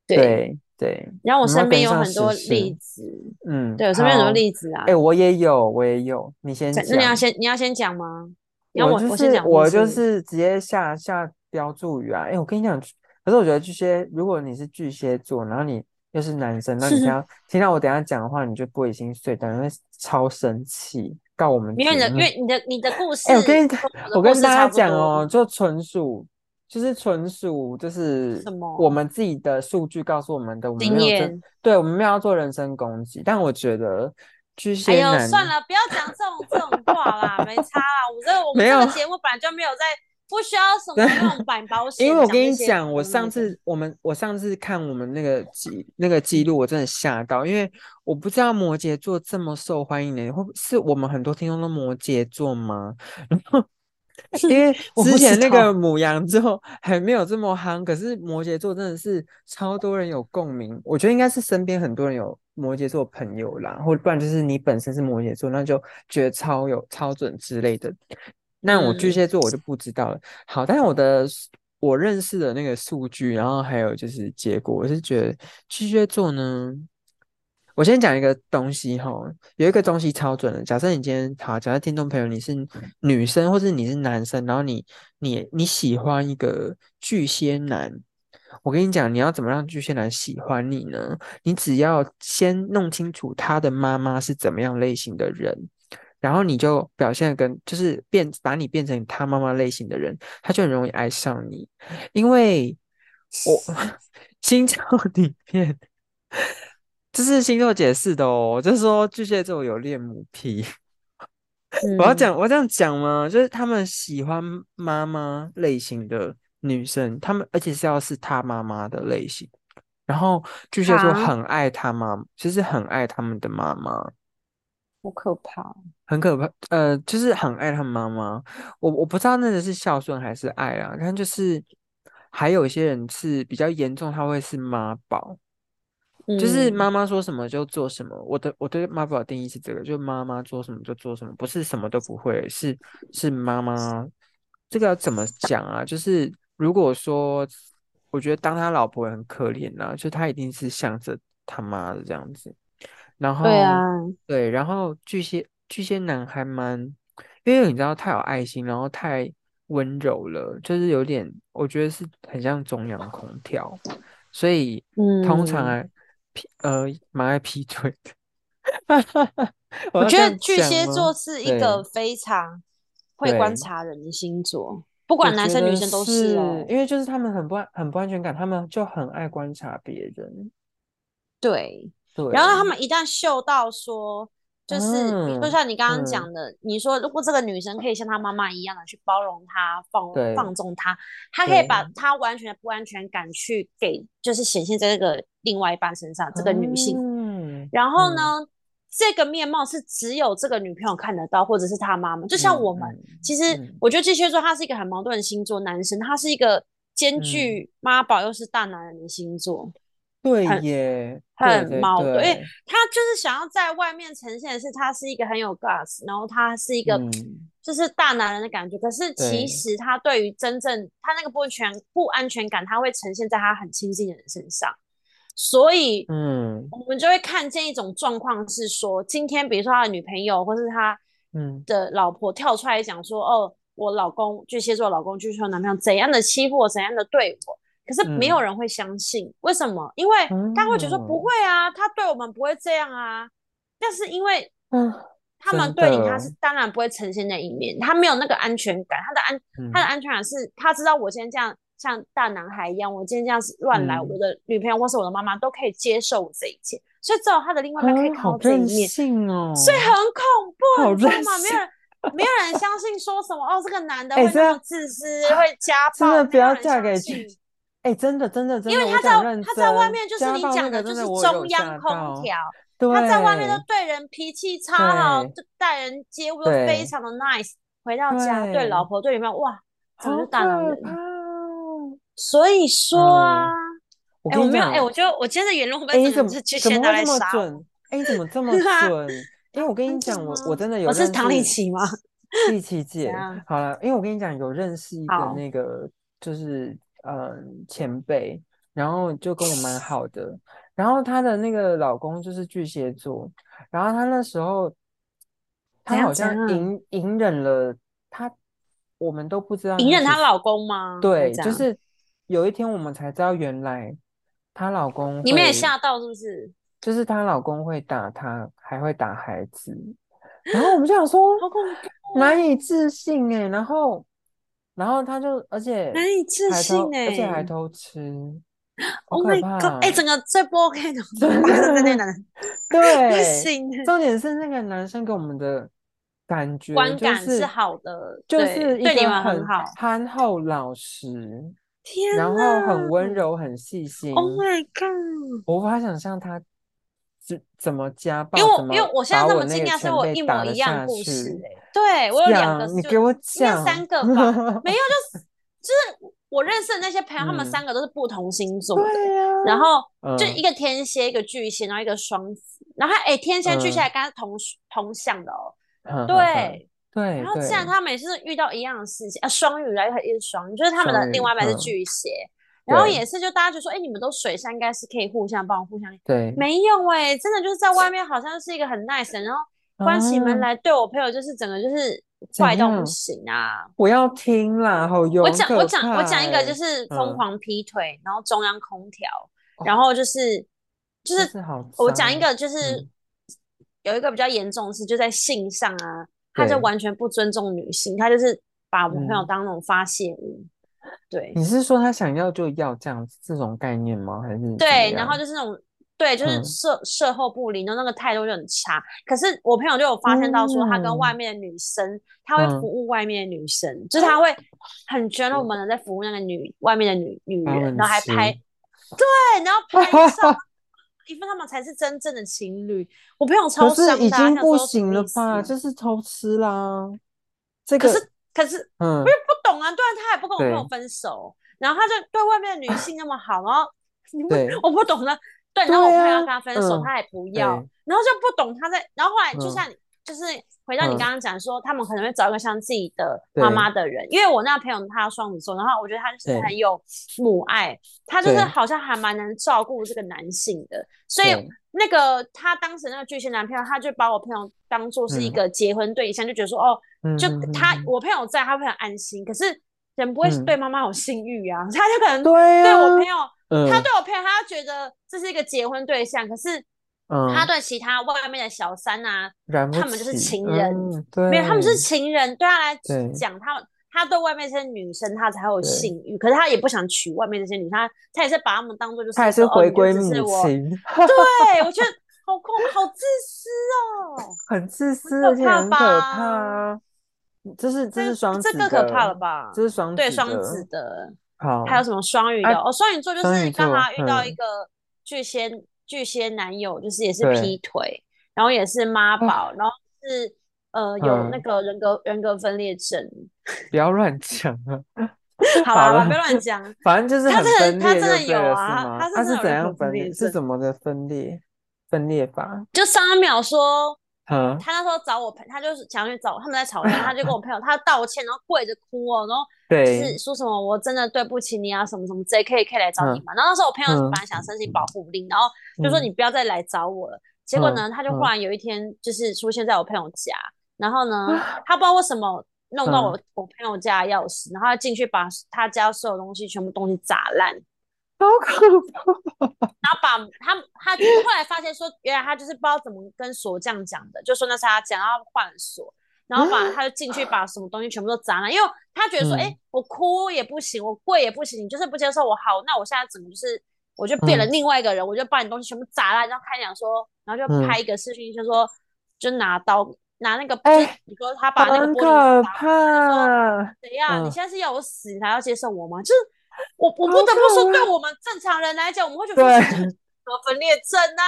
[SPEAKER 1] 对，
[SPEAKER 2] 对对，
[SPEAKER 1] 然后我
[SPEAKER 2] 你要
[SPEAKER 1] 身边有
[SPEAKER 2] 跟上
[SPEAKER 1] 很
[SPEAKER 2] 时
[SPEAKER 1] 多
[SPEAKER 2] 事。
[SPEAKER 1] 例子，
[SPEAKER 2] 嗯，
[SPEAKER 1] 对，我身边有很多
[SPEAKER 2] 好，
[SPEAKER 1] 例子
[SPEAKER 2] 哎、
[SPEAKER 1] 啊，
[SPEAKER 2] 我也有，我也有，你先
[SPEAKER 1] 在那你要
[SPEAKER 2] 讲。
[SPEAKER 1] 先你要先讲吗？你要
[SPEAKER 2] 我
[SPEAKER 1] 我
[SPEAKER 2] 就
[SPEAKER 1] 我先
[SPEAKER 2] 是
[SPEAKER 1] 讲是不？
[SPEAKER 2] 我就是是直接下下标注语啊！哎、我跟你讲，可是我觉得巨蟹，如果你是巨蟹座，然后你又是男生， 那你听到听到我等一下讲的话，你就不会心碎，感觉会超生气，告我们
[SPEAKER 1] 因为你
[SPEAKER 2] 节
[SPEAKER 1] 的因
[SPEAKER 2] 目。
[SPEAKER 1] 为你的你的故
[SPEAKER 2] 嗯哎、我跟
[SPEAKER 1] 事
[SPEAKER 2] 你，
[SPEAKER 1] 跟我的
[SPEAKER 2] 我
[SPEAKER 1] 故
[SPEAKER 2] 跟
[SPEAKER 1] 事
[SPEAKER 2] 大
[SPEAKER 1] 差
[SPEAKER 2] 家
[SPEAKER 1] 不
[SPEAKER 2] 讲
[SPEAKER 1] 多，
[SPEAKER 2] 哦，就纯属，就是纯属，就是
[SPEAKER 1] 什
[SPEAKER 2] 我
[SPEAKER 1] 么啊
[SPEAKER 2] 们自己的数据告诉我们的，我们
[SPEAKER 1] 经
[SPEAKER 2] 没有真，
[SPEAKER 1] 验？
[SPEAKER 2] 对，我们没有要做人身攻击。但我觉得巨
[SPEAKER 1] 哎
[SPEAKER 2] 蟹
[SPEAKER 1] 呦，算
[SPEAKER 2] 男
[SPEAKER 1] 了，不要讲这种这种话 啦，没差啦。我们这个我们
[SPEAKER 2] 没
[SPEAKER 1] 这个
[SPEAKER 2] 有，
[SPEAKER 1] 节目本来就没有在，不需要什
[SPEAKER 2] 对，
[SPEAKER 1] 么 那种买保
[SPEAKER 2] 因
[SPEAKER 1] 险
[SPEAKER 2] 为我
[SPEAKER 1] 讲
[SPEAKER 2] 跟
[SPEAKER 1] 这
[SPEAKER 2] 你
[SPEAKER 1] 些嗯
[SPEAKER 2] 讲，我
[SPEAKER 1] 有的
[SPEAKER 2] 上
[SPEAKER 1] 没的。
[SPEAKER 2] 次我们我上次看我们那个记那个记录，我真的吓到，因为我不知道摩羯座这么受欢迎的，会不是我们很多听众都摩羯座吗？然 后因为
[SPEAKER 1] 我
[SPEAKER 2] 之
[SPEAKER 1] 不知
[SPEAKER 2] 前那个
[SPEAKER 1] 道，
[SPEAKER 2] 母羊座还没有这么夯，可是摩羯座真的是超多人有共鸣。我觉得应该是身边很多人有摩羯座朋友啦，或不然就是你本身是摩羯座，那就觉得超有超准之类的。那我巨
[SPEAKER 1] 嗯，
[SPEAKER 2] 蟹座我就不知道了。好，但是我的 s- 我认识的那个数据，然后还有就是结果，我是觉得巨蟹座呢，我先讲一个东西哈，有一个东西超准的。假设你今天好，假设听众朋友你是女生，或是你是男生，然后你你你喜欢一个巨蟹男，我跟你讲，你要怎么让巨蟹男喜欢你呢？你只要先弄清楚他的妈妈是怎么样类型的人，然后你就表现得跟就是变把你变成他妈妈类型的人，他就很容易爱上你，因为我 星座里面。这是星座解释的哦，就是说巨蟹座有恋母癖。我要
[SPEAKER 1] 嗯，
[SPEAKER 2] 讲，我这样讲吗？就是他们喜欢妈妈类型的女生，他们而且是要是她妈妈的类型。然后巨蟹座
[SPEAKER 1] 好，
[SPEAKER 2] 很爱他妈，就是很爱他们的妈妈。
[SPEAKER 1] 好可怕哦。
[SPEAKER 2] 很可怕，呃，就是很爱他妈妈。我我不知道那个是孝顺还是爱啊，但就是还有一些人是比较严重，他会是妈宝，就是
[SPEAKER 1] 嗯
[SPEAKER 2] 妈妈说什么就做什么。我的我对妈宝的定义是这个，就妈妈说什么就做什么，不是什么都不会，是是妈妈。这个要怎么讲啊？就是如果说，我觉得当他老婆也很可怜呐、就他一定是向着他妈的这样子，然后。
[SPEAKER 1] 对啊，
[SPEAKER 2] 对，然后巨蟹巨蟹男还蛮，因为你知道太有爱心，然后太温柔了，就是有点，我觉得是很像中央空调，所以通常
[SPEAKER 1] 嗯
[SPEAKER 2] 啊，劈呃蛮爱劈腿的。 我
[SPEAKER 1] 我
[SPEAKER 2] 要
[SPEAKER 1] 觉
[SPEAKER 2] 这
[SPEAKER 1] 得
[SPEAKER 2] 样
[SPEAKER 1] 巨
[SPEAKER 2] 讲
[SPEAKER 1] 蟹
[SPEAKER 2] 吗
[SPEAKER 1] 座是一
[SPEAKER 2] 对
[SPEAKER 1] 个非常会观
[SPEAKER 2] 对
[SPEAKER 1] 察人的星座，不
[SPEAKER 2] 我
[SPEAKER 1] 管男
[SPEAKER 2] 觉
[SPEAKER 1] 生女
[SPEAKER 2] 得
[SPEAKER 1] 生都
[SPEAKER 2] 是
[SPEAKER 1] 是哦。
[SPEAKER 2] 因为就是他们很不安很不安全感，他们就很爱观察别人。
[SPEAKER 1] 对，然后
[SPEAKER 2] 对，
[SPEAKER 1] 他们一旦嗅到说，就是比如说
[SPEAKER 2] 啊嗯
[SPEAKER 1] 像你刚刚
[SPEAKER 2] 嗯，
[SPEAKER 1] 讲的，你说如果这个女生可以像她妈妈一样的去包容她、放
[SPEAKER 2] 对
[SPEAKER 1] 放纵她，她可以
[SPEAKER 2] 对，
[SPEAKER 1] 把她完全的不安全感去给，就是显现在这个另外一半身上，这个女性。
[SPEAKER 2] 嗯
[SPEAKER 1] 然后
[SPEAKER 2] 嗯
[SPEAKER 1] 呢，这个面貌是只有这个女朋友看得到，或者是她妈妈。就像
[SPEAKER 2] 嗯
[SPEAKER 1] 我们，
[SPEAKER 2] 嗯
[SPEAKER 1] 其实
[SPEAKER 2] 嗯
[SPEAKER 1] 我觉得巨蟹座他是一个很矛盾的星座，男生他是一个兼
[SPEAKER 2] 嗯，
[SPEAKER 1] 具妈宝又是大男人的星座，
[SPEAKER 2] 对
[SPEAKER 1] 很
[SPEAKER 2] 耶，对
[SPEAKER 1] 很
[SPEAKER 2] 对
[SPEAKER 1] 矛盾。因为
[SPEAKER 2] 对，
[SPEAKER 1] 他就是想要在外面呈现的是他是一个很有 guts，然后他是一个
[SPEAKER 2] 嗯，
[SPEAKER 1] 就是大男人的感觉，可是其
[SPEAKER 2] 对
[SPEAKER 1] 实他对于真正他那个不安全不安全感，他会呈现在他很亲近的人身上。所以
[SPEAKER 2] 嗯
[SPEAKER 1] 我们就会看见一种状况是说，今天比如说他的女朋友或是他
[SPEAKER 2] 嗯
[SPEAKER 1] 的老婆跳出来讲说，哦，我老公巨蟹座老公巨蟹座男朋友怎样的欺负我，怎样的对我，可是没有
[SPEAKER 2] 嗯，
[SPEAKER 1] 人会相信，为什么？因为大家会觉得说不
[SPEAKER 2] 哦，
[SPEAKER 1] 会啊，他对我们不会这样啊，但是因为
[SPEAKER 2] 啊，
[SPEAKER 1] 他们
[SPEAKER 2] 真
[SPEAKER 1] 对你，他是
[SPEAKER 2] 的，
[SPEAKER 1] 当然不会呈现那一面，他没有那个安全感，他的安他的
[SPEAKER 2] 嗯
[SPEAKER 1] 安全感是他知道我今天这样像大男孩一样，我今天这样子乱来，我
[SPEAKER 2] 嗯，
[SPEAKER 1] 的女朋友或是我的妈妈都可以接受我这一切，所以只有他的另外一半可以
[SPEAKER 2] 啊，
[SPEAKER 1] 看
[SPEAKER 2] 好
[SPEAKER 1] 到这一
[SPEAKER 2] 任
[SPEAKER 1] 面，
[SPEAKER 2] 性
[SPEAKER 1] 所以
[SPEAKER 2] 哦，
[SPEAKER 1] 很恐怖，
[SPEAKER 2] 好
[SPEAKER 1] 你知道
[SPEAKER 2] 任
[SPEAKER 1] 吗？没有
[SPEAKER 2] 性，
[SPEAKER 1] 人没有人相信说什么哦，这个男的
[SPEAKER 2] 哎，
[SPEAKER 1] 会
[SPEAKER 2] 真
[SPEAKER 1] 那么
[SPEAKER 2] 的，
[SPEAKER 1] 自私，会家
[SPEAKER 2] 真
[SPEAKER 1] 暴，
[SPEAKER 2] 的
[SPEAKER 1] 没
[SPEAKER 2] 不
[SPEAKER 1] 有
[SPEAKER 2] 要
[SPEAKER 1] 人
[SPEAKER 2] 嫁
[SPEAKER 1] 相
[SPEAKER 2] 给 巨，
[SPEAKER 1] 信。
[SPEAKER 2] 哎，真的真的真
[SPEAKER 1] 因为
[SPEAKER 2] 的，我
[SPEAKER 1] 他在
[SPEAKER 2] 讲认
[SPEAKER 1] 他在外
[SPEAKER 2] 真，
[SPEAKER 1] 面就是
[SPEAKER 2] 家
[SPEAKER 1] 你
[SPEAKER 2] 暴那
[SPEAKER 1] 讲的，
[SPEAKER 2] 个
[SPEAKER 1] 就
[SPEAKER 2] 真
[SPEAKER 1] 是
[SPEAKER 2] 的我也
[SPEAKER 1] 中
[SPEAKER 2] 有
[SPEAKER 1] 央
[SPEAKER 2] 吓
[SPEAKER 1] 空
[SPEAKER 2] 到，
[SPEAKER 1] 调。他在外面都
[SPEAKER 2] 对
[SPEAKER 1] 对人脾气超好，
[SPEAKER 2] 对
[SPEAKER 1] 就待人接物都非
[SPEAKER 2] 对
[SPEAKER 1] 常的 nice。回到家对老
[SPEAKER 2] 对，
[SPEAKER 1] 婆对女朋友，哇，整个
[SPEAKER 2] 好
[SPEAKER 1] 就大男
[SPEAKER 2] 可怕
[SPEAKER 1] 人。
[SPEAKER 2] 哦，
[SPEAKER 1] 所以说啊，
[SPEAKER 2] 嗯，我
[SPEAKER 1] 哎，
[SPEAKER 2] 跟
[SPEAKER 1] 我
[SPEAKER 2] 你
[SPEAKER 1] 没有，哎，
[SPEAKER 2] 讲。
[SPEAKER 1] 我觉得我今天的言论会不
[SPEAKER 2] 哎，
[SPEAKER 1] 会
[SPEAKER 2] 你
[SPEAKER 1] 整个就
[SPEAKER 2] 怎么
[SPEAKER 1] 是巨
[SPEAKER 2] 怎
[SPEAKER 1] 蟹
[SPEAKER 2] 么
[SPEAKER 1] 拿
[SPEAKER 2] 会
[SPEAKER 1] 来
[SPEAKER 2] 这么
[SPEAKER 1] 杀我？
[SPEAKER 2] 准？哎，你怎么这么
[SPEAKER 1] 啊，
[SPEAKER 2] 准？因为我跟你
[SPEAKER 1] 真的
[SPEAKER 2] 讲，我我
[SPEAKER 1] 吗？
[SPEAKER 2] 真的有
[SPEAKER 1] 我是
[SPEAKER 2] 认
[SPEAKER 1] 唐立
[SPEAKER 2] 识
[SPEAKER 1] 奇吗？
[SPEAKER 2] 丽琪
[SPEAKER 1] 怎
[SPEAKER 2] 姐。
[SPEAKER 1] 样？
[SPEAKER 2] 好了，因为我跟你讲，有认识一个
[SPEAKER 1] 好，
[SPEAKER 2] 那个就是嗯前辈，然后就跟我蛮好的，然后她的那个老公就是巨蟹座，然后她那时候
[SPEAKER 1] 怎
[SPEAKER 2] 她
[SPEAKER 1] 样
[SPEAKER 2] 好
[SPEAKER 1] 怎
[SPEAKER 2] 像
[SPEAKER 1] 样？啊
[SPEAKER 2] 隐隐忍了她，我们都不知道
[SPEAKER 1] 隐
[SPEAKER 2] 她
[SPEAKER 1] 忍
[SPEAKER 2] 其
[SPEAKER 1] 她
[SPEAKER 2] 实
[SPEAKER 1] 老公吗？还是
[SPEAKER 2] 对，
[SPEAKER 1] 怎
[SPEAKER 2] 就
[SPEAKER 1] 样？
[SPEAKER 2] 是有一天我们才知道原来她老公
[SPEAKER 1] 你们也
[SPEAKER 2] 会。
[SPEAKER 1] 吓到是不是？
[SPEAKER 2] 就是她老公会打她，还会打孩子，然后我们就想说
[SPEAKER 1] 好恐怖
[SPEAKER 2] 难以
[SPEAKER 1] 哦，
[SPEAKER 2] 置信哎，然后然后她就而且
[SPEAKER 1] 难以置
[SPEAKER 2] 还
[SPEAKER 1] 信
[SPEAKER 2] 偷，而且还
[SPEAKER 1] 哎
[SPEAKER 2] 偷吃，好
[SPEAKER 1] ！Oh
[SPEAKER 2] 可
[SPEAKER 1] my god！哎、
[SPEAKER 2] 怕，啊
[SPEAKER 1] 整个这波 OK 的，
[SPEAKER 2] 真
[SPEAKER 1] 马上在那
[SPEAKER 2] 的
[SPEAKER 1] 男人不
[SPEAKER 2] 对，
[SPEAKER 1] 行欸，
[SPEAKER 2] 重点是那个男生给我们的感觉
[SPEAKER 1] 观
[SPEAKER 2] 就
[SPEAKER 1] 感是
[SPEAKER 2] 是
[SPEAKER 1] 好的，
[SPEAKER 2] 就
[SPEAKER 1] 对，
[SPEAKER 2] 是一
[SPEAKER 1] 对你
[SPEAKER 2] 个
[SPEAKER 1] 们很
[SPEAKER 2] 很
[SPEAKER 1] 好。
[SPEAKER 2] 憨厚老实，
[SPEAKER 1] 天
[SPEAKER 2] 然后很温
[SPEAKER 1] 呐，Oh
[SPEAKER 2] 柔很细
[SPEAKER 1] o h
[SPEAKER 2] 心，
[SPEAKER 1] my god！
[SPEAKER 2] 我无法想象他怎怎么家
[SPEAKER 1] 因
[SPEAKER 2] 暴，
[SPEAKER 1] 为
[SPEAKER 2] 哦怎
[SPEAKER 1] 我因
[SPEAKER 2] 么
[SPEAKER 1] 为我现在
[SPEAKER 2] 把
[SPEAKER 1] 这
[SPEAKER 2] 我
[SPEAKER 1] 么
[SPEAKER 2] 那
[SPEAKER 1] 惊
[SPEAKER 2] 个
[SPEAKER 1] 讶，所以
[SPEAKER 2] 前
[SPEAKER 1] 我
[SPEAKER 2] 辈
[SPEAKER 1] 一
[SPEAKER 2] 打
[SPEAKER 1] 模
[SPEAKER 2] 得
[SPEAKER 1] 一样
[SPEAKER 2] 下
[SPEAKER 1] 故事、
[SPEAKER 2] 去。
[SPEAKER 1] 哎，对我有两个
[SPEAKER 2] 讲，你
[SPEAKER 1] 就
[SPEAKER 2] 给我
[SPEAKER 1] 应该
[SPEAKER 2] 讲，
[SPEAKER 1] 三个吧， 没有就是就是我认识的那些朋友，他们
[SPEAKER 2] 嗯，
[SPEAKER 1] 三个都是不同星座的，
[SPEAKER 2] 对呀、
[SPEAKER 1] 然后就
[SPEAKER 2] 嗯
[SPEAKER 1] 一个天蝎，一个巨蟹，然后一个双子，然后哎、天蝎巨蟹还
[SPEAKER 2] 嗯，
[SPEAKER 1] 跟他同属同向的哦，
[SPEAKER 2] 哈哈哈，
[SPEAKER 1] 对，
[SPEAKER 2] 对
[SPEAKER 1] 然后既然
[SPEAKER 2] 哎对，
[SPEAKER 1] 他们也是遇到一样的事情啊，双鱼啊，又一是双鱼，就是他们
[SPEAKER 2] 双
[SPEAKER 1] 的另
[SPEAKER 2] 鱼，
[SPEAKER 1] 外一半是
[SPEAKER 2] 嗯，
[SPEAKER 1] 巨蟹，然后
[SPEAKER 2] 对
[SPEAKER 1] 也是就大家就说，哎、你们都水象，应该是可以互相帮互相。
[SPEAKER 2] 对
[SPEAKER 1] 没有哎、真的就是在外面好像是一个很 nice 的人，然后关起门
[SPEAKER 2] 啊，
[SPEAKER 1] 来对我朋友就是整个就是
[SPEAKER 2] 怎
[SPEAKER 1] 坏到不
[SPEAKER 2] 样？
[SPEAKER 1] 行啊！
[SPEAKER 2] 我要听啦，好有
[SPEAKER 1] 我
[SPEAKER 2] 很
[SPEAKER 1] 讲我
[SPEAKER 2] 可
[SPEAKER 1] 讲我
[SPEAKER 2] 怕
[SPEAKER 1] 讲一个就
[SPEAKER 2] 哎、
[SPEAKER 1] 是疯
[SPEAKER 2] 嗯，
[SPEAKER 1] 狂劈腿，然后中央空调，然
[SPEAKER 2] 哦，
[SPEAKER 1] 后就是就
[SPEAKER 2] 真
[SPEAKER 1] 是
[SPEAKER 2] 是好
[SPEAKER 1] 我讲一
[SPEAKER 2] 脏，
[SPEAKER 1] 个就是
[SPEAKER 2] 嗯，
[SPEAKER 1] 有一个比较严重的事，就在性上啊，他就
[SPEAKER 2] 对，
[SPEAKER 1] 完全不尊重女性，他就是把我朋友
[SPEAKER 2] 嗯，
[SPEAKER 1] 当那种发泄物，对。
[SPEAKER 2] 你是说他想要就要这样子这种概念吗？还是怎么
[SPEAKER 1] 对，然后
[SPEAKER 2] 样？
[SPEAKER 1] 就是那种对，就是
[SPEAKER 2] 嗯
[SPEAKER 1] 售售后不理，然后那个态度就很差。可是我朋友就有发现到说，他跟外
[SPEAKER 2] 嗯
[SPEAKER 1] 面的女生，他会服
[SPEAKER 2] 嗯，哦
[SPEAKER 1] 务外面的女生，就是他会很 gentleman 的在服务那个女外面的女女
[SPEAKER 2] 把
[SPEAKER 1] 人，
[SPEAKER 2] 很
[SPEAKER 1] 然后还拍，
[SPEAKER 2] 吃，
[SPEAKER 1] 对，然后拍照，一份，他们才是真正的情侣。我朋友
[SPEAKER 2] 可
[SPEAKER 1] 超伤的啊、
[SPEAKER 2] 是已经
[SPEAKER 1] 他
[SPEAKER 2] 不
[SPEAKER 1] 想说
[SPEAKER 2] 行了
[SPEAKER 1] 什么
[SPEAKER 2] 吧？
[SPEAKER 1] 意思
[SPEAKER 2] 这是偷吃啦。这
[SPEAKER 1] 可
[SPEAKER 2] 个
[SPEAKER 1] 是可是
[SPEAKER 2] 嗯
[SPEAKER 1] 我，也不懂啊，对啊，他也不跟我朋友
[SPEAKER 2] 对
[SPEAKER 1] 分手，然后他就对外面的女性那么好，然后你不
[SPEAKER 2] 对
[SPEAKER 1] 我不懂他，对，
[SPEAKER 2] 对
[SPEAKER 1] 然后我朋友要
[SPEAKER 2] 啊
[SPEAKER 1] 跟他分手，
[SPEAKER 2] 嗯
[SPEAKER 1] 他也不要，
[SPEAKER 2] 对
[SPEAKER 1] 然后就不懂他在，然后后来就
[SPEAKER 2] 嗯
[SPEAKER 1] 像你，就是回到你
[SPEAKER 2] 嗯
[SPEAKER 1] 刚刚讲说，他们可能会找一个像自己的妈妈的人，因为我那个朋友他双子座，然后我觉得他就是
[SPEAKER 2] 对
[SPEAKER 1] 很有母爱，他就是
[SPEAKER 2] 对
[SPEAKER 1] 好像还蛮能照顾这个男性的，所以
[SPEAKER 2] 对
[SPEAKER 1] 那个他当时那个巨蟹男朋友，他就把我朋友当做是一
[SPEAKER 2] 嗯
[SPEAKER 1] 个结婚对象，就觉得说哦，
[SPEAKER 2] 嗯
[SPEAKER 1] 就
[SPEAKER 2] 嗯嗯
[SPEAKER 1] 他
[SPEAKER 2] 嗯
[SPEAKER 1] 我朋友在，他会很安心。可是人不会
[SPEAKER 2] 嗯
[SPEAKER 1] 对妈妈有性欲啊， 他就可能
[SPEAKER 2] 对
[SPEAKER 1] 对
[SPEAKER 2] 啊，
[SPEAKER 1] 我朋友，
[SPEAKER 2] 嗯
[SPEAKER 1] 他对我朋友，他觉得这是一个结婚对象，可是
[SPEAKER 2] 嗯，
[SPEAKER 1] 他对其他外面的小三啊，
[SPEAKER 2] 燃不
[SPEAKER 1] 他们就是
[SPEAKER 2] 起
[SPEAKER 1] 情人
[SPEAKER 2] 嗯对，
[SPEAKER 1] 没有，他们是情人，对他来
[SPEAKER 2] 对
[SPEAKER 1] 讲，他他对外面这些女生，他才会有
[SPEAKER 2] 对
[SPEAKER 1] 性欲，可是他也不想娶外面这些女生，他他也是把他们当做就是
[SPEAKER 2] 他还
[SPEAKER 1] 说
[SPEAKER 2] 是
[SPEAKER 1] 哦，
[SPEAKER 2] 回
[SPEAKER 1] 你就
[SPEAKER 2] 归
[SPEAKER 1] 只是
[SPEAKER 2] 母
[SPEAKER 1] 我，
[SPEAKER 2] 亲，
[SPEAKER 1] 对我觉得好恐好自私哦。
[SPEAKER 2] 很自私，
[SPEAKER 1] 可
[SPEAKER 2] 而且
[SPEAKER 1] 怕
[SPEAKER 2] 很可
[SPEAKER 1] 吧
[SPEAKER 2] 怕啊。这是这
[SPEAKER 1] 这
[SPEAKER 2] 是双
[SPEAKER 1] 这
[SPEAKER 2] 子
[SPEAKER 1] 更可怕
[SPEAKER 2] 的
[SPEAKER 1] 了吧
[SPEAKER 2] 这是双
[SPEAKER 1] 对
[SPEAKER 2] 子
[SPEAKER 1] 双
[SPEAKER 2] 的
[SPEAKER 1] 子的，
[SPEAKER 2] 好，
[SPEAKER 1] 还有什么双鱼的？
[SPEAKER 2] 啊
[SPEAKER 1] 哦，双鱼座就
[SPEAKER 2] 双
[SPEAKER 1] 是
[SPEAKER 2] 鱼
[SPEAKER 1] 刚
[SPEAKER 2] 座
[SPEAKER 1] 好遇到一
[SPEAKER 2] 嗯
[SPEAKER 1] 个巨蟹巨蟹男友，就是也是
[SPEAKER 2] 对啊
[SPEAKER 1] 劈腿，然后也是妈宝，然后是呃有那
[SPEAKER 2] 嗯
[SPEAKER 1] 个人格人格分裂症。
[SPEAKER 2] 不要乱讲啊！
[SPEAKER 1] 好啦
[SPEAKER 2] 好
[SPEAKER 1] 好啦，
[SPEAKER 2] 了
[SPEAKER 1] 不要乱讲。
[SPEAKER 2] 反正就是
[SPEAKER 1] 他
[SPEAKER 2] 很
[SPEAKER 1] 真的
[SPEAKER 2] 分
[SPEAKER 1] 他
[SPEAKER 2] 裂
[SPEAKER 1] 真的
[SPEAKER 2] 就对
[SPEAKER 1] 有
[SPEAKER 2] 了，
[SPEAKER 1] 啊
[SPEAKER 2] 是
[SPEAKER 1] 他
[SPEAKER 2] 吗？
[SPEAKER 1] 他是
[SPEAKER 2] 啊
[SPEAKER 1] 真的
[SPEAKER 2] 是
[SPEAKER 1] 有
[SPEAKER 2] 怎
[SPEAKER 1] 人格
[SPEAKER 2] 样
[SPEAKER 1] 分
[SPEAKER 2] 分
[SPEAKER 1] 裂
[SPEAKER 2] 裂？是
[SPEAKER 1] 症
[SPEAKER 2] 怎么的分裂？分裂法？
[SPEAKER 1] 就上一秒 说
[SPEAKER 2] 嗯，
[SPEAKER 1] 他那时候找我朋，他就是想要去找我他们在吵架，他就跟我朋友他道歉，然后跪着哭哦，然后就是
[SPEAKER 2] 对，
[SPEAKER 1] 说什么我真的对不起你啊，什么什么之类，可以可以来找你
[SPEAKER 2] 嗯
[SPEAKER 1] 嘛。然后那时候我朋友
[SPEAKER 2] 嗯
[SPEAKER 1] 本来想申请保护令，然后就说
[SPEAKER 2] 嗯
[SPEAKER 1] 你不要再来找我了。结果呢，他就忽
[SPEAKER 2] 嗯
[SPEAKER 1] 然有一天就是出现在我朋友家，然后呢，
[SPEAKER 2] 啊
[SPEAKER 1] 他不知道为什么弄
[SPEAKER 2] 嗯
[SPEAKER 1] 到我、我朋友家的钥匙，然后他进去把他家所有东西全部东西砸烂，
[SPEAKER 2] 好可怕！
[SPEAKER 1] 然后把他他后来发现说，原来他就是不知道怎么跟锁匠讲的，就说那是他讲，然后换锁，然后把他就进去把什么东西全部都砸烂，因为他觉得说，哎、
[SPEAKER 2] 嗯
[SPEAKER 1] 我哭也不行，我跪也不行，你就是不接受我好，那我现在怎么就是我就变了
[SPEAKER 2] 嗯
[SPEAKER 1] 另外一个人，我就把你东西全部砸烂，然后开讲说，然后就
[SPEAKER 2] 嗯
[SPEAKER 1] 拍一个视讯，就说就拿刀拿那个，
[SPEAKER 2] 哎
[SPEAKER 1] 就是你说他把那个
[SPEAKER 2] 很
[SPEAKER 1] 玻璃
[SPEAKER 2] 可
[SPEAKER 1] 砸他就说
[SPEAKER 2] 怕！
[SPEAKER 1] 怎样？你
[SPEAKER 2] 嗯
[SPEAKER 1] 现在是要我死，你才要接受我吗？就是我，我不
[SPEAKER 2] 好
[SPEAKER 1] 得不说，
[SPEAKER 2] 可
[SPEAKER 1] 对
[SPEAKER 2] 怕
[SPEAKER 1] 我们正常人来讲，我们会觉得
[SPEAKER 2] 对
[SPEAKER 1] 说这就是得分裂症啊。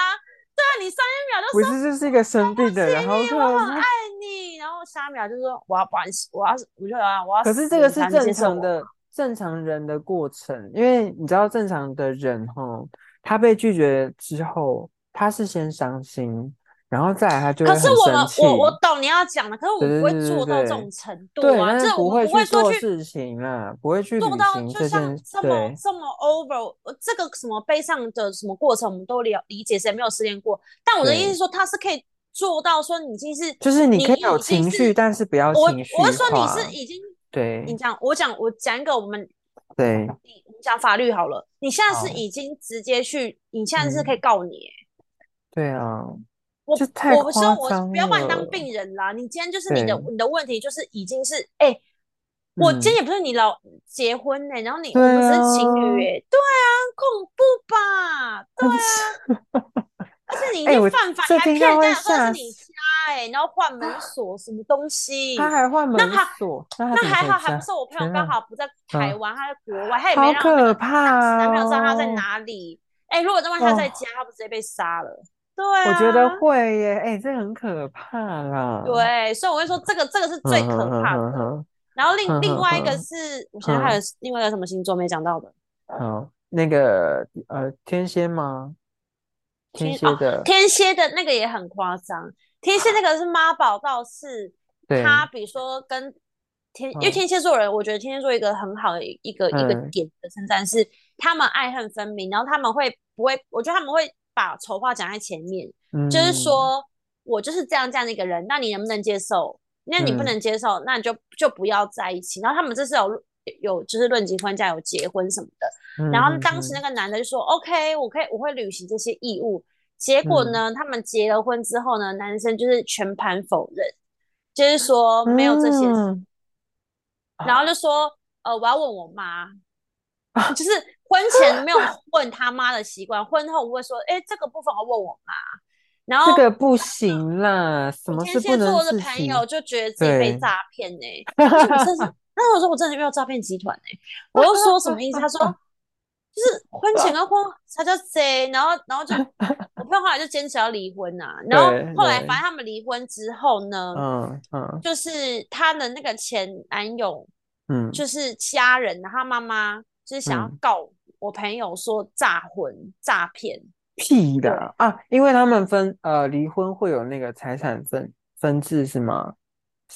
[SPEAKER 1] 对啊，你上一秒就
[SPEAKER 2] 我这就是一个生病的人，好啊
[SPEAKER 1] 说
[SPEAKER 2] 可
[SPEAKER 1] 我很
[SPEAKER 2] 怕
[SPEAKER 1] 爱！你，然后下一秒就说我要把你，我要我就要我要
[SPEAKER 2] 可
[SPEAKER 1] 死，
[SPEAKER 2] 是这个
[SPEAKER 1] 啊你
[SPEAKER 2] 是
[SPEAKER 1] 才能接
[SPEAKER 2] 正
[SPEAKER 1] 受
[SPEAKER 2] 常
[SPEAKER 1] 我。
[SPEAKER 2] 的正常人的过程，因为你知道正常的人吼，他被拒绝之后，他是先伤心，然后再来他就
[SPEAKER 1] 可
[SPEAKER 2] 会
[SPEAKER 1] 是
[SPEAKER 2] 很
[SPEAKER 1] 我
[SPEAKER 2] 生
[SPEAKER 1] 们，
[SPEAKER 2] 气，
[SPEAKER 1] 我我懂你要讲的，可是我
[SPEAKER 2] 对
[SPEAKER 1] 们
[SPEAKER 2] 对
[SPEAKER 1] 不会
[SPEAKER 2] 对
[SPEAKER 1] 做
[SPEAKER 2] 对
[SPEAKER 1] 到这
[SPEAKER 2] 对
[SPEAKER 1] 种程度
[SPEAKER 2] 对，
[SPEAKER 1] 啊，
[SPEAKER 2] 但
[SPEAKER 1] 就是是我
[SPEAKER 2] 不
[SPEAKER 1] 们
[SPEAKER 2] 会
[SPEAKER 1] 不会
[SPEAKER 2] 去
[SPEAKER 1] 说
[SPEAKER 2] 做
[SPEAKER 1] 去
[SPEAKER 2] 事情啊，不会去
[SPEAKER 1] 做
[SPEAKER 2] 旅
[SPEAKER 1] 到
[SPEAKER 2] 行
[SPEAKER 1] 就
[SPEAKER 2] 这
[SPEAKER 1] 像
[SPEAKER 2] 件，
[SPEAKER 1] 这么
[SPEAKER 2] 对
[SPEAKER 1] 这么 over，呃这个什么悲伤的什么过程，我们都了理解，谁没有失恋过？但我的意思是
[SPEAKER 2] 对，
[SPEAKER 1] 说，他是可以做到说你已经是
[SPEAKER 2] 就是你
[SPEAKER 1] 你
[SPEAKER 2] 可以有
[SPEAKER 1] 已经
[SPEAKER 2] 情
[SPEAKER 1] 是，
[SPEAKER 2] 绪，但是不要
[SPEAKER 1] 我
[SPEAKER 2] 情
[SPEAKER 1] 我是
[SPEAKER 2] 绪
[SPEAKER 1] 说你
[SPEAKER 2] 化，
[SPEAKER 1] 是已经，你
[SPEAKER 2] 对
[SPEAKER 1] 讲我讲我讲一个我们
[SPEAKER 2] 对，
[SPEAKER 1] 你我们讲法律好了，你现在是
[SPEAKER 2] 好，
[SPEAKER 1] 已经直接去，你现在是可以
[SPEAKER 2] 嗯，
[SPEAKER 1] 告你耶，
[SPEAKER 2] 对啊，
[SPEAKER 1] 我
[SPEAKER 2] 这太
[SPEAKER 1] 我是
[SPEAKER 2] 夸
[SPEAKER 1] 我
[SPEAKER 2] 张
[SPEAKER 1] 不要把你当
[SPEAKER 2] 了，
[SPEAKER 1] 病人啦，你今天就是你的
[SPEAKER 2] 对，
[SPEAKER 1] 你的问题就是已经是哎、我今
[SPEAKER 2] 嗯，
[SPEAKER 1] 天也不是你老结婚呢、然后你我们
[SPEAKER 2] 对
[SPEAKER 1] 只是情侣
[SPEAKER 2] 啊，
[SPEAKER 1] 哎、对啊，恐怖吧？对
[SPEAKER 2] 很。
[SPEAKER 1] 啊，而且你已
[SPEAKER 2] 哎、
[SPEAKER 1] 经
[SPEAKER 2] 我
[SPEAKER 1] 犯法，你
[SPEAKER 2] 这
[SPEAKER 1] 还
[SPEAKER 2] 听
[SPEAKER 1] 骗人
[SPEAKER 2] 到会
[SPEAKER 1] 家说那是
[SPEAKER 2] 吓
[SPEAKER 1] 你
[SPEAKER 2] 死。
[SPEAKER 1] 家哎、然后换门锁什么东
[SPEAKER 2] 他
[SPEAKER 1] 西？
[SPEAKER 2] 还换
[SPEAKER 1] 那
[SPEAKER 2] 门
[SPEAKER 1] 还
[SPEAKER 2] 锁，那他
[SPEAKER 1] 那
[SPEAKER 2] 怎么
[SPEAKER 1] 还
[SPEAKER 2] 可以
[SPEAKER 1] 好，还
[SPEAKER 2] 这
[SPEAKER 1] 不
[SPEAKER 2] 样？
[SPEAKER 1] 是我朋友
[SPEAKER 2] 天
[SPEAKER 1] 刚
[SPEAKER 2] 啊，
[SPEAKER 1] 好不在台
[SPEAKER 2] 嗯，
[SPEAKER 1] 湾，他在国外，他也没
[SPEAKER 2] 好
[SPEAKER 1] 让那
[SPEAKER 2] 可
[SPEAKER 1] 个当时
[SPEAKER 2] 怕
[SPEAKER 1] 男朋友知道他在
[SPEAKER 2] 哦！
[SPEAKER 1] 哪里。哎、如果这么他在
[SPEAKER 2] 哦，
[SPEAKER 1] 家，他不直接被杀了？对
[SPEAKER 2] 我觉得
[SPEAKER 1] 啊。
[SPEAKER 2] 会耶，哎、这很可怕啦。
[SPEAKER 1] 对，所以我会说这个这个是最
[SPEAKER 2] 嗯
[SPEAKER 1] 可
[SPEAKER 2] 哼
[SPEAKER 1] 怕
[SPEAKER 2] 哼
[SPEAKER 1] 的。
[SPEAKER 2] 哼
[SPEAKER 1] 然后另
[SPEAKER 2] 哼
[SPEAKER 1] 另
[SPEAKER 2] 哼
[SPEAKER 1] 外一个
[SPEAKER 2] 哼
[SPEAKER 1] 是，我想想还有
[SPEAKER 2] 哼，
[SPEAKER 1] 另外一个什么星座没讲到的？
[SPEAKER 2] 嗯，好，那个呃，天蝎吗？天
[SPEAKER 1] 天
[SPEAKER 2] 蝎
[SPEAKER 1] 哦，
[SPEAKER 2] 的，
[SPEAKER 1] 天蝎的那个也很夸张。天蝎那个是妈宝到是，他 比
[SPEAKER 2] 对，
[SPEAKER 1] 如说跟天，因为
[SPEAKER 2] 嗯
[SPEAKER 1] 天蝎座人，我觉得天蝎座一个很好的一个一个
[SPEAKER 2] 嗯
[SPEAKER 1] 点的称赞是，他们爱恨分明，然后他们会不会？我觉得他们会把丑话讲在前面，就是
[SPEAKER 2] 嗯
[SPEAKER 1] 说我就是这样这样的一个人，那你能不能接受？那你不
[SPEAKER 2] 嗯
[SPEAKER 1] 能接受，那你就就不要在一起。然后他们这是有有就是论及婚嫁，有结婚什么的。然
[SPEAKER 2] 嗯
[SPEAKER 1] 后
[SPEAKER 2] 哼
[SPEAKER 1] 当时那
[SPEAKER 2] 哼
[SPEAKER 1] 个男的就说：“OK，我可以，我会履行这些义务。”结果
[SPEAKER 2] 嗯
[SPEAKER 1] 呢，他们结了婚之后呢，男生就是全盘否认，就是说没有这些事，
[SPEAKER 2] 嗯
[SPEAKER 1] 然后
[SPEAKER 2] 啊
[SPEAKER 1] 就说：“呃，我要问我妈。”就是婚前没有问他妈的习惯，婚后我会说：“哎，这个部分我问我妈。”然
[SPEAKER 2] 这
[SPEAKER 1] 后
[SPEAKER 2] 个不行啦，什
[SPEAKER 1] 我
[SPEAKER 2] 么
[SPEAKER 1] 天
[SPEAKER 2] 事不
[SPEAKER 1] 蝎
[SPEAKER 2] 能
[SPEAKER 1] 座的
[SPEAKER 2] 自
[SPEAKER 1] 朋
[SPEAKER 2] 己？
[SPEAKER 1] 友就觉得自己被
[SPEAKER 2] 对，
[SPEAKER 1] 诈骗欸呢、 欸 他说：“我真的是，他说我说我真的遇到诈骗集团呢、我又说什么意思？他说。就是婚前跟婚后才叫 C，然后然 后就我朋友后来就坚持要离婚呐、然后
[SPEAKER 2] 对
[SPEAKER 1] 后来
[SPEAKER 2] 对
[SPEAKER 1] 反正他们离婚之后呢，
[SPEAKER 2] 嗯嗯
[SPEAKER 1] 就是她的那个前男友
[SPEAKER 2] 嗯，
[SPEAKER 1] 就是家人，然后她妈妈就是想要
[SPEAKER 2] 嗯
[SPEAKER 1] 告我朋友说诈婚诈骗，
[SPEAKER 2] 屁的啊！因为他们分呃离婚会有那个财产分分制是吗？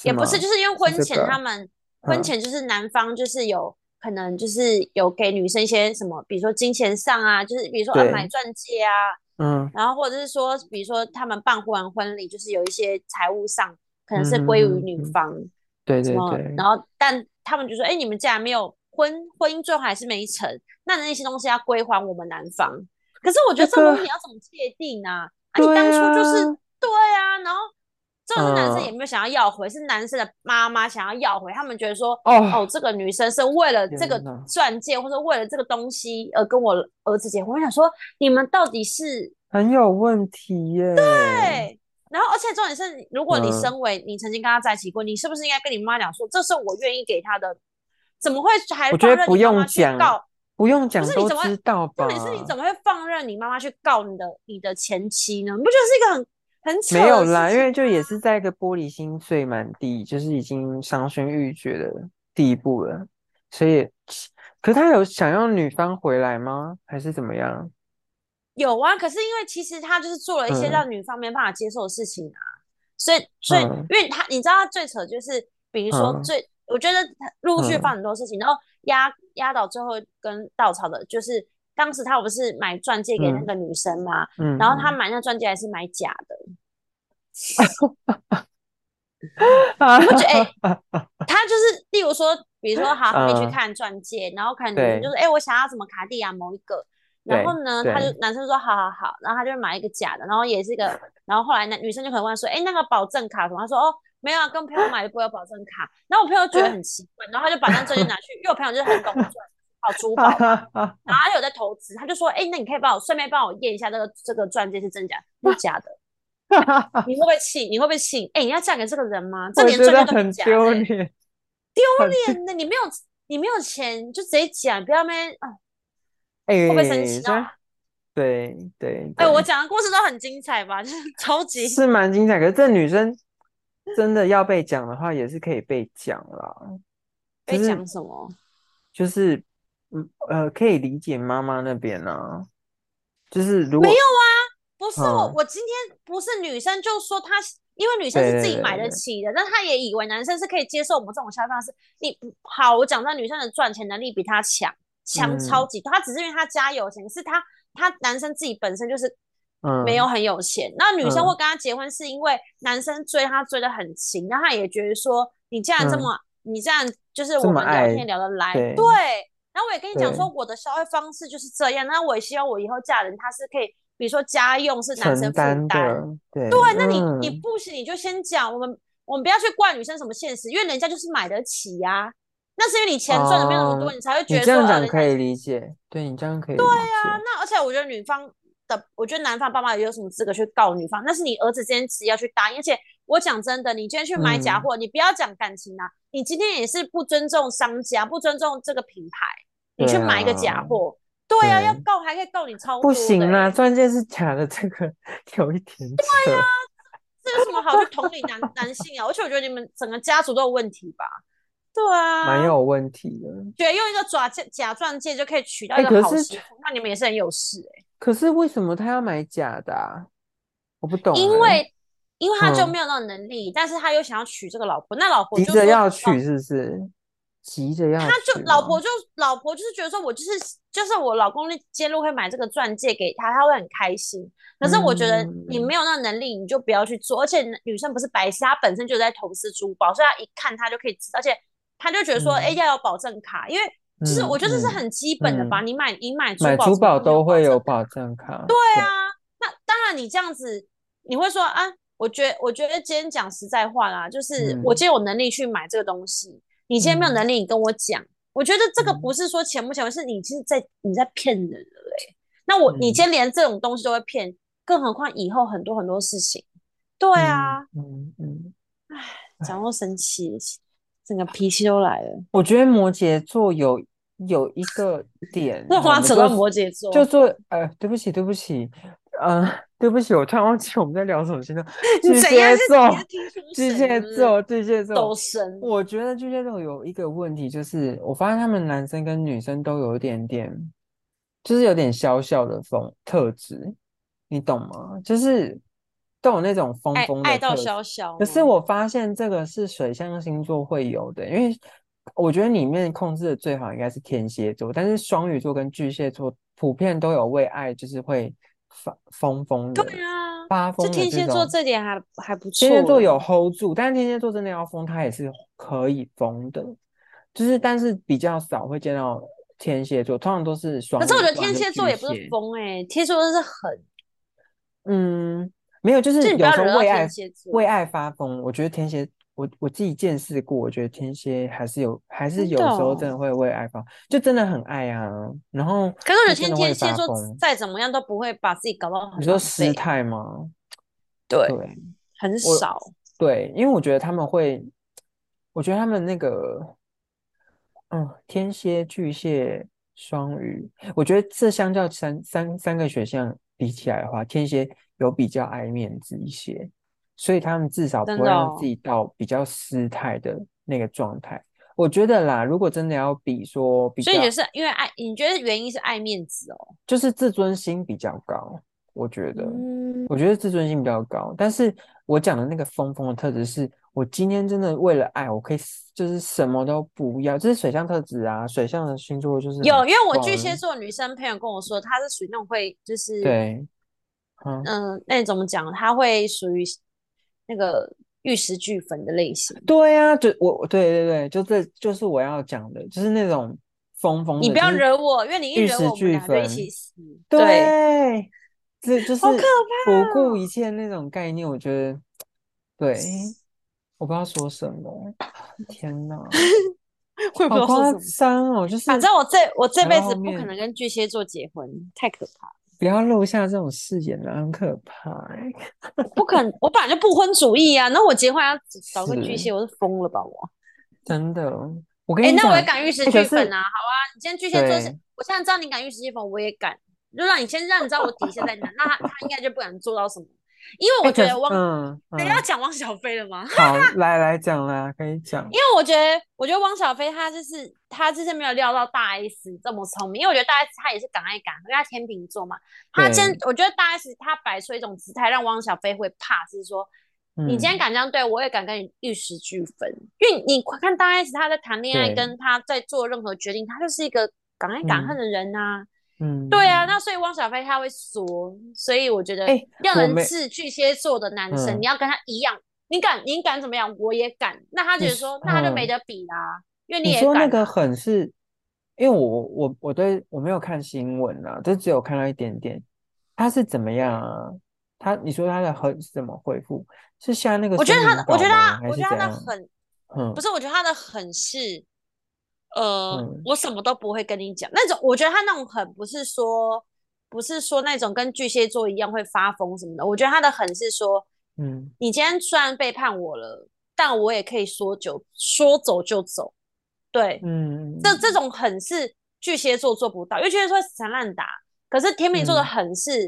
[SPEAKER 1] 也不
[SPEAKER 2] 吗嗯
[SPEAKER 1] 是，就是因为婚
[SPEAKER 2] 这
[SPEAKER 1] 前
[SPEAKER 2] 个
[SPEAKER 1] 他们婚
[SPEAKER 2] 嗯
[SPEAKER 1] 前就是男方就是有可能就是有给女生一些什么，比如说金钱上啊，就是比如说啊
[SPEAKER 2] 对
[SPEAKER 1] 买钻戒啊，
[SPEAKER 2] 嗯
[SPEAKER 1] 然后或者是说比如说他们办婚完婚礼，就是有一些财务上可能是归于女
[SPEAKER 2] 嗯哼
[SPEAKER 1] 方
[SPEAKER 2] 对
[SPEAKER 1] 什
[SPEAKER 2] 对
[SPEAKER 1] 么，
[SPEAKER 2] 对，
[SPEAKER 1] 然后但他们就说，哎，你们既然没有婚婚姻最后还是没成，那那些东西要归还我们男方。可是我觉得这
[SPEAKER 2] 这
[SPEAKER 1] 种
[SPEAKER 2] 个
[SPEAKER 1] 东西你要怎么界定啊？啊，你当初就是
[SPEAKER 2] 对啊
[SPEAKER 1] 对啊，然后这种是男生也没
[SPEAKER 2] 嗯
[SPEAKER 1] 有想要要回，是男生的妈妈想要要回，他们觉得说，
[SPEAKER 2] 哦
[SPEAKER 1] 哦，这个女生是为了这个
[SPEAKER 2] 天哪
[SPEAKER 1] 钻戒或者为了这个东西而跟我儿子结婚。我想说，你们到底是
[SPEAKER 2] 很有问题耶。对，
[SPEAKER 1] 对，然后而且重点是，如果你
[SPEAKER 2] 嗯
[SPEAKER 1] 身为你曾经跟他在一起过，你是不是应该跟你妈讲说，这是我愿意给他的？怎么会还
[SPEAKER 2] 我觉
[SPEAKER 1] 放
[SPEAKER 2] 得
[SPEAKER 1] 任
[SPEAKER 2] 不
[SPEAKER 1] 你妈妈
[SPEAKER 2] 用
[SPEAKER 1] 去
[SPEAKER 2] 讲
[SPEAKER 1] 告？
[SPEAKER 2] 不用讲
[SPEAKER 1] 是你
[SPEAKER 2] 都
[SPEAKER 1] 怎么
[SPEAKER 2] 知道
[SPEAKER 1] 重？
[SPEAKER 2] 吧
[SPEAKER 1] 点是你怎么会放任你妈妈去告你的你的前妻呢？你不觉得是一个很很扯
[SPEAKER 2] 没有
[SPEAKER 1] 的事
[SPEAKER 2] 啦，因
[SPEAKER 1] 情
[SPEAKER 2] 为就
[SPEAKER 1] 吗
[SPEAKER 2] 也是在一个玻璃心碎满地，就是已经伤心欲绝的地步了，所以，可他有想要女方回来吗？还是怎么样？
[SPEAKER 1] 有啊，可是因为其实他就是做了一些
[SPEAKER 2] 嗯
[SPEAKER 1] 让女方没办法接受的事情啊，所以所以
[SPEAKER 2] 嗯
[SPEAKER 1] 因为他你知道他最扯就是，比如说
[SPEAKER 2] 嗯
[SPEAKER 1] 最、我觉得他陆续
[SPEAKER 2] 嗯
[SPEAKER 1] 放很多事情，然后压压倒最后一根稻草的就是当时他不是买钻戒给那
[SPEAKER 2] 嗯
[SPEAKER 1] 个女生嘛，
[SPEAKER 2] 嗯，
[SPEAKER 1] 然后他买那钻戒还是买假的，
[SPEAKER 2] 啊，
[SPEAKER 1] 我觉得 哎他就是例如说，比如说好，他们一起去
[SPEAKER 2] 嗯
[SPEAKER 1] 看钻戒，然后可能女生
[SPEAKER 2] 对
[SPEAKER 1] 就说，哎、我想要什么卡地亚某一个，然后呢，
[SPEAKER 2] 对
[SPEAKER 1] 他就
[SPEAKER 2] 对
[SPEAKER 1] 男生说好好好，然后他就买一个假的，然后也是一个，然后后来那女生就可能问说，哎、那个保证卡什么？他说哦，没有啊，跟朋友买的不会有保证卡。然后我朋友觉得很奇怪，然后他就把那钻戒拿去，因为我朋友就是很懂钻，好珠 宝嘛，然后他有在投资，他就说，哎、那你可以帮我顺便帮我验一下这个这个钻戒是真假的，是假的。 你会不会气？你会不会气？哎、你要嫁给这个人吗？这
[SPEAKER 2] 我
[SPEAKER 1] 连
[SPEAKER 2] 觉
[SPEAKER 1] 钻戒都
[SPEAKER 2] 得
[SPEAKER 1] 是
[SPEAKER 2] 很
[SPEAKER 1] 假的、
[SPEAKER 2] 丢
[SPEAKER 1] 哎
[SPEAKER 2] 脸，
[SPEAKER 1] 丢
[SPEAKER 2] 很
[SPEAKER 1] 脸的，你没有你没有钱就直接讲，不要咩啊！
[SPEAKER 2] 哎，
[SPEAKER 1] 不会生气
[SPEAKER 2] 虽然
[SPEAKER 1] 哦
[SPEAKER 2] 对对，
[SPEAKER 1] 哎、
[SPEAKER 2] 对
[SPEAKER 1] 我讲的故事都很精彩吧， 就是超级
[SPEAKER 2] 是蛮精彩，可是这女生真的要被讲的话，也是可以被讲啦，
[SPEAKER 1] 被
[SPEAKER 2] 就是
[SPEAKER 1] 讲什么？
[SPEAKER 2] 就是，嗯呃，可以理解妈妈那边啊，就是如
[SPEAKER 1] 没
[SPEAKER 2] 果
[SPEAKER 1] 有啊，不是我，
[SPEAKER 2] 嗯
[SPEAKER 1] 我今天不是女生就说她，因为女生
[SPEAKER 2] 对
[SPEAKER 1] 是
[SPEAKER 2] 对
[SPEAKER 1] 自己
[SPEAKER 2] 对
[SPEAKER 1] 买得
[SPEAKER 2] 对
[SPEAKER 1] 起的，但她也以为男生是可以接受我们这种消费方式。你好，我讲到女生的赚钱能力比她强，强
[SPEAKER 2] 嗯
[SPEAKER 1] 超级多。她只是因为她家有钱，可是她她男生自己本身就是没有
[SPEAKER 2] 嗯，
[SPEAKER 1] 很有钱。那女生
[SPEAKER 2] 嗯
[SPEAKER 1] 会跟他结婚，是因为男生追她追得很勤，然后她也觉得说，你既然这
[SPEAKER 2] 嗯
[SPEAKER 1] 么，你这样就是
[SPEAKER 2] 这
[SPEAKER 1] 我
[SPEAKER 2] 么
[SPEAKER 1] 们聊
[SPEAKER 2] 爱
[SPEAKER 1] 天聊得来，
[SPEAKER 2] 对
[SPEAKER 1] 对。然后我也跟你讲说，
[SPEAKER 2] 对
[SPEAKER 1] 我的消费方式就是这样。那我也希望我以后嫁人，他是可以，比如说家用是男生
[SPEAKER 2] 承
[SPEAKER 1] 负担
[SPEAKER 2] 担，的，对，
[SPEAKER 1] 对，那你你
[SPEAKER 2] 嗯
[SPEAKER 1] 不行，你就先讲，我们我们不要去怪女生什么现实，因为人家就是买得起呀、那是因为你钱赚的没有那么多，
[SPEAKER 2] 哦
[SPEAKER 1] 你才会觉
[SPEAKER 2] 你
[SPEAKER 1] 得
[SPEAKER 2] 这
[SPEAKER 1] 说，
[SPEAKER 2] 样
[SPEAKER 1] 呃，
[SPEAKER 2] 讲
[SPEAKER 1] 人
[SPEAKER 2] 可
[SPEAKER 1] 家
[SPEAKER 2] 以理解，对你这样可以理
[SPEAKER 1] 啊，
[SPEAKER 2] 解，
[SPEAKER 1] 那而且我觉得女方的，我觉得男方爸妈也有什么资格去告女方？那是你儿子今天执意要去答应，而且我讲真的，你今天去买假
[SPEAKER 2] 嗯
[SPEAKER 1] 货，你不要讲感情啊，你今天也是不尊重商家，不尊重这个品牌，你去
[SPEAKER 2] 对
[SPEAKER 1] 买一个
[SPEAKER 2] 啊
[SPEAKER 1] 假货，对啊，要
[SPEAKER 2] 对
[SPEAKER 1] 告还可以告你超
[SPEAKER 2] 不
[SPEAKER 1] 多
[SPEAKER 2] 行啊
[SPEAKER 1] 的
[SPEAKER 2] 啦，
[SPEAKER 1] 欸，
[SPEAKER 2] 钻戒是假的，这个 有一点扯，
[SPEAKER 1] 这有什么好去同理男男性啊？而且我觉得你们整个家族都有问题吧？对
[SPEAKER 2] 蛮
[SPEAKER 1] 啊，
[SPEAKER 2] 有问题的。
[SPEAKER 1] 觉得用一个假戒假钻戒就可以娶到
[SPEAKER 2] 哎
[SPEAKER 1] 一个
[SPEAKER 2] 可
[SPEAKER 1] 好
[SPEAKER 2] 是
[SPEAKER 1] 媳妇，那你们也是很有事哎。
[SPEAKER 2] 可是为什么他要买假的啊？我不懂
[SPEAKER 1] 因
[SPEAKER 2] 欸，
[SPEAKER 1] 为因为他就
[SPEAKER 2] 嗯
[SPEAKER 1] 没有那种能力，但是他又想要娶这个老婆，那老婆
[SPEAKER 2] 急
[SPEAKER 1] 就
[SPEAKER 2] 着
[SPEAKER 1] 说
[SPEAKER 2] 要
[SPEAKER 1] 老
[SPEAKER 2] 娶啊是不是？急着要
[SPEAKER 1] 他就
[SPEAKER 2] 娶
[SPEAKER 1] 老
[SPEAKER 2] 吗
[SPEAKER 1] 婆就老婆就是觉得说我就是就是我老公今天如果会买这个钻戒给他，他会很开心。可是我觉得你
[SPEAKER 2] 嗯
[SPEAKER 1] 没有那个能力，你就不要去做。而且女生不是白痴，她本身就在投资珠宝，所以她一看她就可以知道，而且她就觉得说，哎、
[SPEAKER 2] 嗯
[SPEAKER 1] 要有保证卡，因为就是
[SPEAKER 2] 嗯
[SPEAKER 1] 我觉得这是
[SPEAKER 2] 嗯
[SPEAKER 1] 很基本的吧。你买你买珠
[SPEAKER 2] 买
[SPEAKER 1] 宝
[SPEAKER 2] 珠
[SPEAKER 1] 怎么
[SPEAKER 2] 宝
[SPEAKER 1] 会没有
[SPEAKER 2] 都
[SPEAKER 1] 保
[SPEAKER 2] 会
[SPEAKER 1] 证卡
[SPEAKER 2] 有保证卡，
[SPEAKER 1] 对
[SPEAKER 2] 对
[SPEAKER 1] 啊，那当然，你这样子你会说啊，我觉我觉得今天讲实在话啦，就是我
[SPEAKER 2] 嗯
[SPEAKER 1] 今天有能力去买这个东西，你今天没有
[SPEAKER 2] 嗯
[SPEAKER 1] 能力，你跟我讲。我觉得这个不
[SPEAKER 2] 嗯
[SPEAKER 1] 是说钱不钱，是你是在你在骗人了嘞、那我你今
[SPEAKER 2] 嗯
[SPEAKER 1] 天连这种东西都会骗，更何况以后很多很多事情。对
[SPEAKER 2] 嗯
[SPEAKER 1] 啊，
[SPEAKER 2] 嗯嗯，
[SPEAKER 1] 讲到生气，整个脾气都来了。
[SPEAKER 2] 我觉得摩羯座有有一个点，
[SPEAKER 1] 那花
[SPEAKER 2] 我们
[SPEAKER 1] 扯
[SPEAKER 2] 哦就
[SPEAKER 1] 到
[SPEAKER 2] 是
[SPEAKER 1] 摩羯座，
[SPEAKER 2] 就做呃，对不起，对不起，呃，对不起，我突然忘记我们在聊什么星座。
[SPEAKER 1] 你
[SPEAKER 2] 巨
[SPEAKER 1] 怎
[SPEAKER 2] 蟹
[SPEAKER 1] 样是
[SPEAKER 2] 座，
[SPEAKER 1] 你是
[SPEAKER 2] 巨
[SPEAKER 1] 听出神
[SPEAKER 2] 蟹
[SPEAKER 1] 是不是
[SPEAKER 2] 座，巨蟹
[SPEAKER 1] 斗
[SPEAKER 2] 座。
[SPEAKER 1] 神，
[SPEAKER 2] 我觉得巨蟹座有一个问题，就是我发现他们男生跟女生都有一点点，就是有点小小的风特质，你懂吗？就是都有那种疯
[SPEAKER 1] 爱
[SPEAKER 2] 疯的
[SPEAKER 1] 爱到哦
[SPEAKER 2] 特质。
[SPEAKER 1] 潇潇
[SPEAKER 2] 可是
[SPEAKER 1] 吗
[SPEAKER 2] 我发现这个是水象星座会有的，因为我觉得里面控制的最好应该是天蝎座，但是双鱼座跟巨蟹座普遍都有为爱就是会发疯疯的
[SPEAKER 1] 对啊，
[SPEAKER 2] 发
[SPEAKER 1] 这
[SPEAKER 2] 疯的
[SPEAKER 1] 天
[SPEAKER 2] 这
[SPEAKER 1] 蝎座
[SPEAKER 2] 种。
[SPEAKER 1] 这点还还不错
[SPEAKER 2] 天蝎座
[SPEAKER 1] 欸
[SPEAKER 2] 有 hold 住，但是天蝎座真的要疯，他也是可以疯的，就是但是比较少会见到天蝎座，通常都是双
[SPEAKER 1] 可
[SPEAKER 2] 鱼
[SPEAKER 1] 是我觉得
[SPEAKER 2] 不然
[SPEAKER 1] 天蝎
[SPEAKER 2] 就
[SPEAKER 1] 座
[SPEAKER 2] 巨
[SPEAKER 1] 也不是
[SPEAKER 2] 蟹
[SPEAKER 1] 疯哎、天蝎座是很，
[SPEAKER 2] 嗯，没有，就
[SPEAKER 1] 就是你不
[SPEAKER 2] 有
[SPEAKER 1] 要
[SPEAKER 2] 时候
[SPEAKER 1] 惹到
[SPEAKER 2] 为
[SPEAKER 1] 天
[SPEAKER 2] 爱
[SPEAKER 1] 蝎座。
[SPEAKER 2] 为爱发疯，我觉得天蝎，我我自己见识过，我觉得天蝎还是有，还是
[SPEAKER 1] 真的
[SPEAKER 2] 有时候真
[SPEAKER 1] 哦
[SPEAKER 2] 的会为爱发，就真的很爱啊，然后
[SPEAKER 1] 可是我觉
[SPEAKER 2] 就
[SPEAKER 1] 得
[SPEAKER 2] 真
[SPEAKER 1] 天天
[SPEAKER 2] 的会
[SPEAKER 1] 蝎
[SPEAKER 2] 发
[SPEAKER 1] 座
[SPEAKER 2] 疯。
[SPEAKER 1] 再怎么样都不会把自己搞到
[SPEAKER 2] 你
[SPEAKER 1] 很
[SPEAKER 2] 说
[SPEAKER 1] 狼
[SPEAKER 2] 失
[SPEAKER 1] 狈，
[SPEAKER 2] 态吗？
[SPEAKER 1] 对，
[SPEAKER 2] 对，
[SPEAKER 1] 很
[SPEAKER 2] 我
[SPEAKER 1] 少。
[SPEAKER 2] 对，因为我觉得他们会，我觉得他们那个，嗯，天蝎、巨蟹、双鱼，我觉得这相较三三三个选项比起来的话，天蝎有比较爱面子一些，所以他们至少不
[SPEAKER 1] 真
[SPEAKER 2] 会
[SPEAKER 1] 的
[SPEAKER 2] 让自
[SPEAKER 1] 哦，
[SPEAKER 2] 己到比较失态的那个状态。我觉得啦，如果真的要比说比
[SPEAKER 1] 所以你觉得
[SPEAKER 2] 较，
[SPEAKER 1] 是因为爱？你觉得原因是爱面子哦？
[SPEAKER 2] 就是自尊心比较高，我觉得，
[SPEAKER 1] 嗯，
[SPEAKER 2] 我觉得自尊心比较高。但是我讲的那个疯疯的特质是，我今天真的为了爱，我可以就是什么都不要，这是水象特质啊。水象的星座就是
[SPEAKER 1] 有，
[SPEAKER 2] 很
[SPEAKER 1] 因为我巨蟹
[SPEAKER 2] 疯，
[SPEAKER 1] 座女生朋友跟我说，她是属于那种会，就是
[SPEAKER 2] 对，嗯，
[SPEAKER 1] 嗯，那你怎么讲？她会属于那个玉石俱焚的类型。
[SPEAKER 2] 对呀、就我，对对对，就这就是我要讲的，就是那种疯疯
[SPEAKER 1] 你
[SPEAKER 2] 的，
[SPEAKER 1] 不
[SPEAKER 2] 就
[SPEAKER 1] 要
[SPEAKER 2] 是
[SPEAKER 1] 惹我，因为你一
[SPEAKER 2] 玉
[SPEAKER 1] 惹
[SPEAKER 2] 石
[SPEAKER 1] 我，我们
[SPEAKER 2] 俱
[SPEAKER 1] 俩就一起
[SPEAKER 2] 焚。
[SPEAKER 1] 死。对，
[SPEAKER 2] 对，这就
[SPEAKER 1] 好可
[SPEAKER 2] 是不
[SPEAKER 1] 怕
[SPEAKER 2] 顾
[SPEAKER 1] 哦！
[SPEAKER 2] 一切那种概念，我觉得，对，我不知道说什么，天哪，
[SPEAKER 1] 我 也不知
[SPEAKER 2] 好
[SPEAKER 1] 道说
[SPEAKER 2] 夸
[SPEAKER 1] 什么。
[SPEAKER 2] 张哦！就
[SPEAKER 1] 反
[SPEAKER 2] 是
[SPEAKER 1] 正我这我这
[SPEAKER 2] 聊
[SPEAKER 1] 辈
[SPEAKER 2] 到后
[SPEAKER 1] 子不可
[SPEAKER 2] 面，
[SPEAKER 1] 能跟巨蟹座结婚，太可怕了。
[SPEAKER 2] 不要漏下这种誓言了，很可怕欸。
[SPEAKER 1] 我不肯，我本来就不婚主义啊。那我结婚还要找个巨
[SPEAKER 2] 是，
[SPEAKER 1] 蟹，我是疯了吧我？
[SPEAKER 2] 真的，我跟
[SPEAKER 1] 哎，
[SPEAKER 2] 你
[SPEAKER 1] 那我也
[SPEAKER 2] 讲，
[SPEAKER 1] 敢玉石
[SPEAKER 2] 哎，可
[SPEAKER 1] 俱焚
[SPEAKER 2] 是
[SPEAKER 1] 啊！好啊，你今天巨蟹座是，
[SPEAKER 2] 对，
[SPEAKER 1] 我现在知道你敢玉石俱焚，我也敢，就让你先让你知道我底线在哪。那他他应该就不敢做到什么，因为
[SPEAKER 2] 哎，
[SPEAKER 1] 我觉
[SPEAKER 2] 可
[SPEAKER 1] 得
[SPEAKER 2] 是，
[SPEAKER 1] 汪，
[SPEAKER 2] 嗯
[SPEAKER 1] 等要
[SPEAKER 2] 嗯，
[SPEAKER 1] 讲汪小菲了吗？
[SPEAKER 2] 好，来来讲啦，可以讲，
[SPEAKER 1] 因为我觉得，我觉得汪小菲他就是他就是没有料到大 S 这么聪明，因为我觉得大 S 他也是敢爱敢恨，因为他天秤座嘛。他今天
[SPEAKER 2] 对，
[SPEAKER 1] 我觉得大 S 他摆出一种姿态，让汪小菲会怕，是说你今天
[SPEAKER 2] 嗯，
[SPEAKER 1] 敢这样对我，我也敢跟你玉石俱焚。因为你看大 S 他在谈恋爱，
[SPEAKER 2] 对，
[SPEAKER 1] 跟他在做任何决定，他就是一个敢爱敢恨
[SPEAKER 2] 嗯
[SPEAKER 1] 的人呐、啊。对啊，
[SPEAKER 2] 嗯，
[SPEAKER 1] 那所以汪小菲他会说，所以我觉得
[SPEAKER 2] 哎，
[SPEAKER 1] 让
[SPEAKER 2] 我
[SPEAKER 1] 人
[SPEAKER 2] 没，
[SPEAKER 1] 是巨蟹座的男生，
[SPEAKER 2] 嗯，
[SPEAKER 1] 你要跟他一样，你敢你敢怎么样，我也敢。那他
[SPEAKER 2] 你
[SPEAKER 1] 觉得
[SPEAKER 2] 是，
[SPEAKER 1] 说，那他就没
[SPEAKER 2] 嗯。
[SPEAKER 1] 得比啦，因为你
[SPEAKER 2] 你
[SPEAKER 1] 也
[SPEAKER 2] 说那
[SPEAKER 1] 敢啊。
[SPEAKER 2] 个狠是，因为我我我对我没有看新闻啊，就只有看到一点点。他是怎么样啊？他你说他的狠是怎么回复？是下那个
[SPEAKER 1] 我觉得
[SPEAKER 2] 声
[SPEAKER 1] 他的，
[SPEAKER 2] 明
[SPEAKER 1] 我
[SPEAKER 2] 稿
[SPEAKER 1] 觉得
[SPEAKER 2] 吗？
[SPEAKER 1] 他，
[SPEAKER 2] 还
[SPEAKER 1] 我
[SPEAKER 2] 是
[SPEAKER 1] 觉得
[SPEAKER 2] 怎
[SPEAKER 1] 他的
[SPEAKER 2] 样？
[SPEAKER 1] 狠，不
[SPEAKER 2] 嗯
[SPEAKER 1] 是，我觉得他的狠是，呃，
[SPEAKER 2] 嗯
[SPEAKER 1] 我什么都不会跟你讲那种。我觉得他那种狠不是说，不是说那种跟巨蟹座一样会发疯什么的。我觉得他的狠是说，
[SPEAKER 2] 嗯，
[SPEAKER 1] 你今天虽然背叛我了，但我也可以说就说走就走。对，这这
[SPEAKER 2] 嗯
[SPEAKER 1] 种狠是巨蟹座做不到，因为巨蟹座死缠烂打，可是天秤座的
[SPEAKER 2] 嗯，
[SPEAKER 1] 狠是，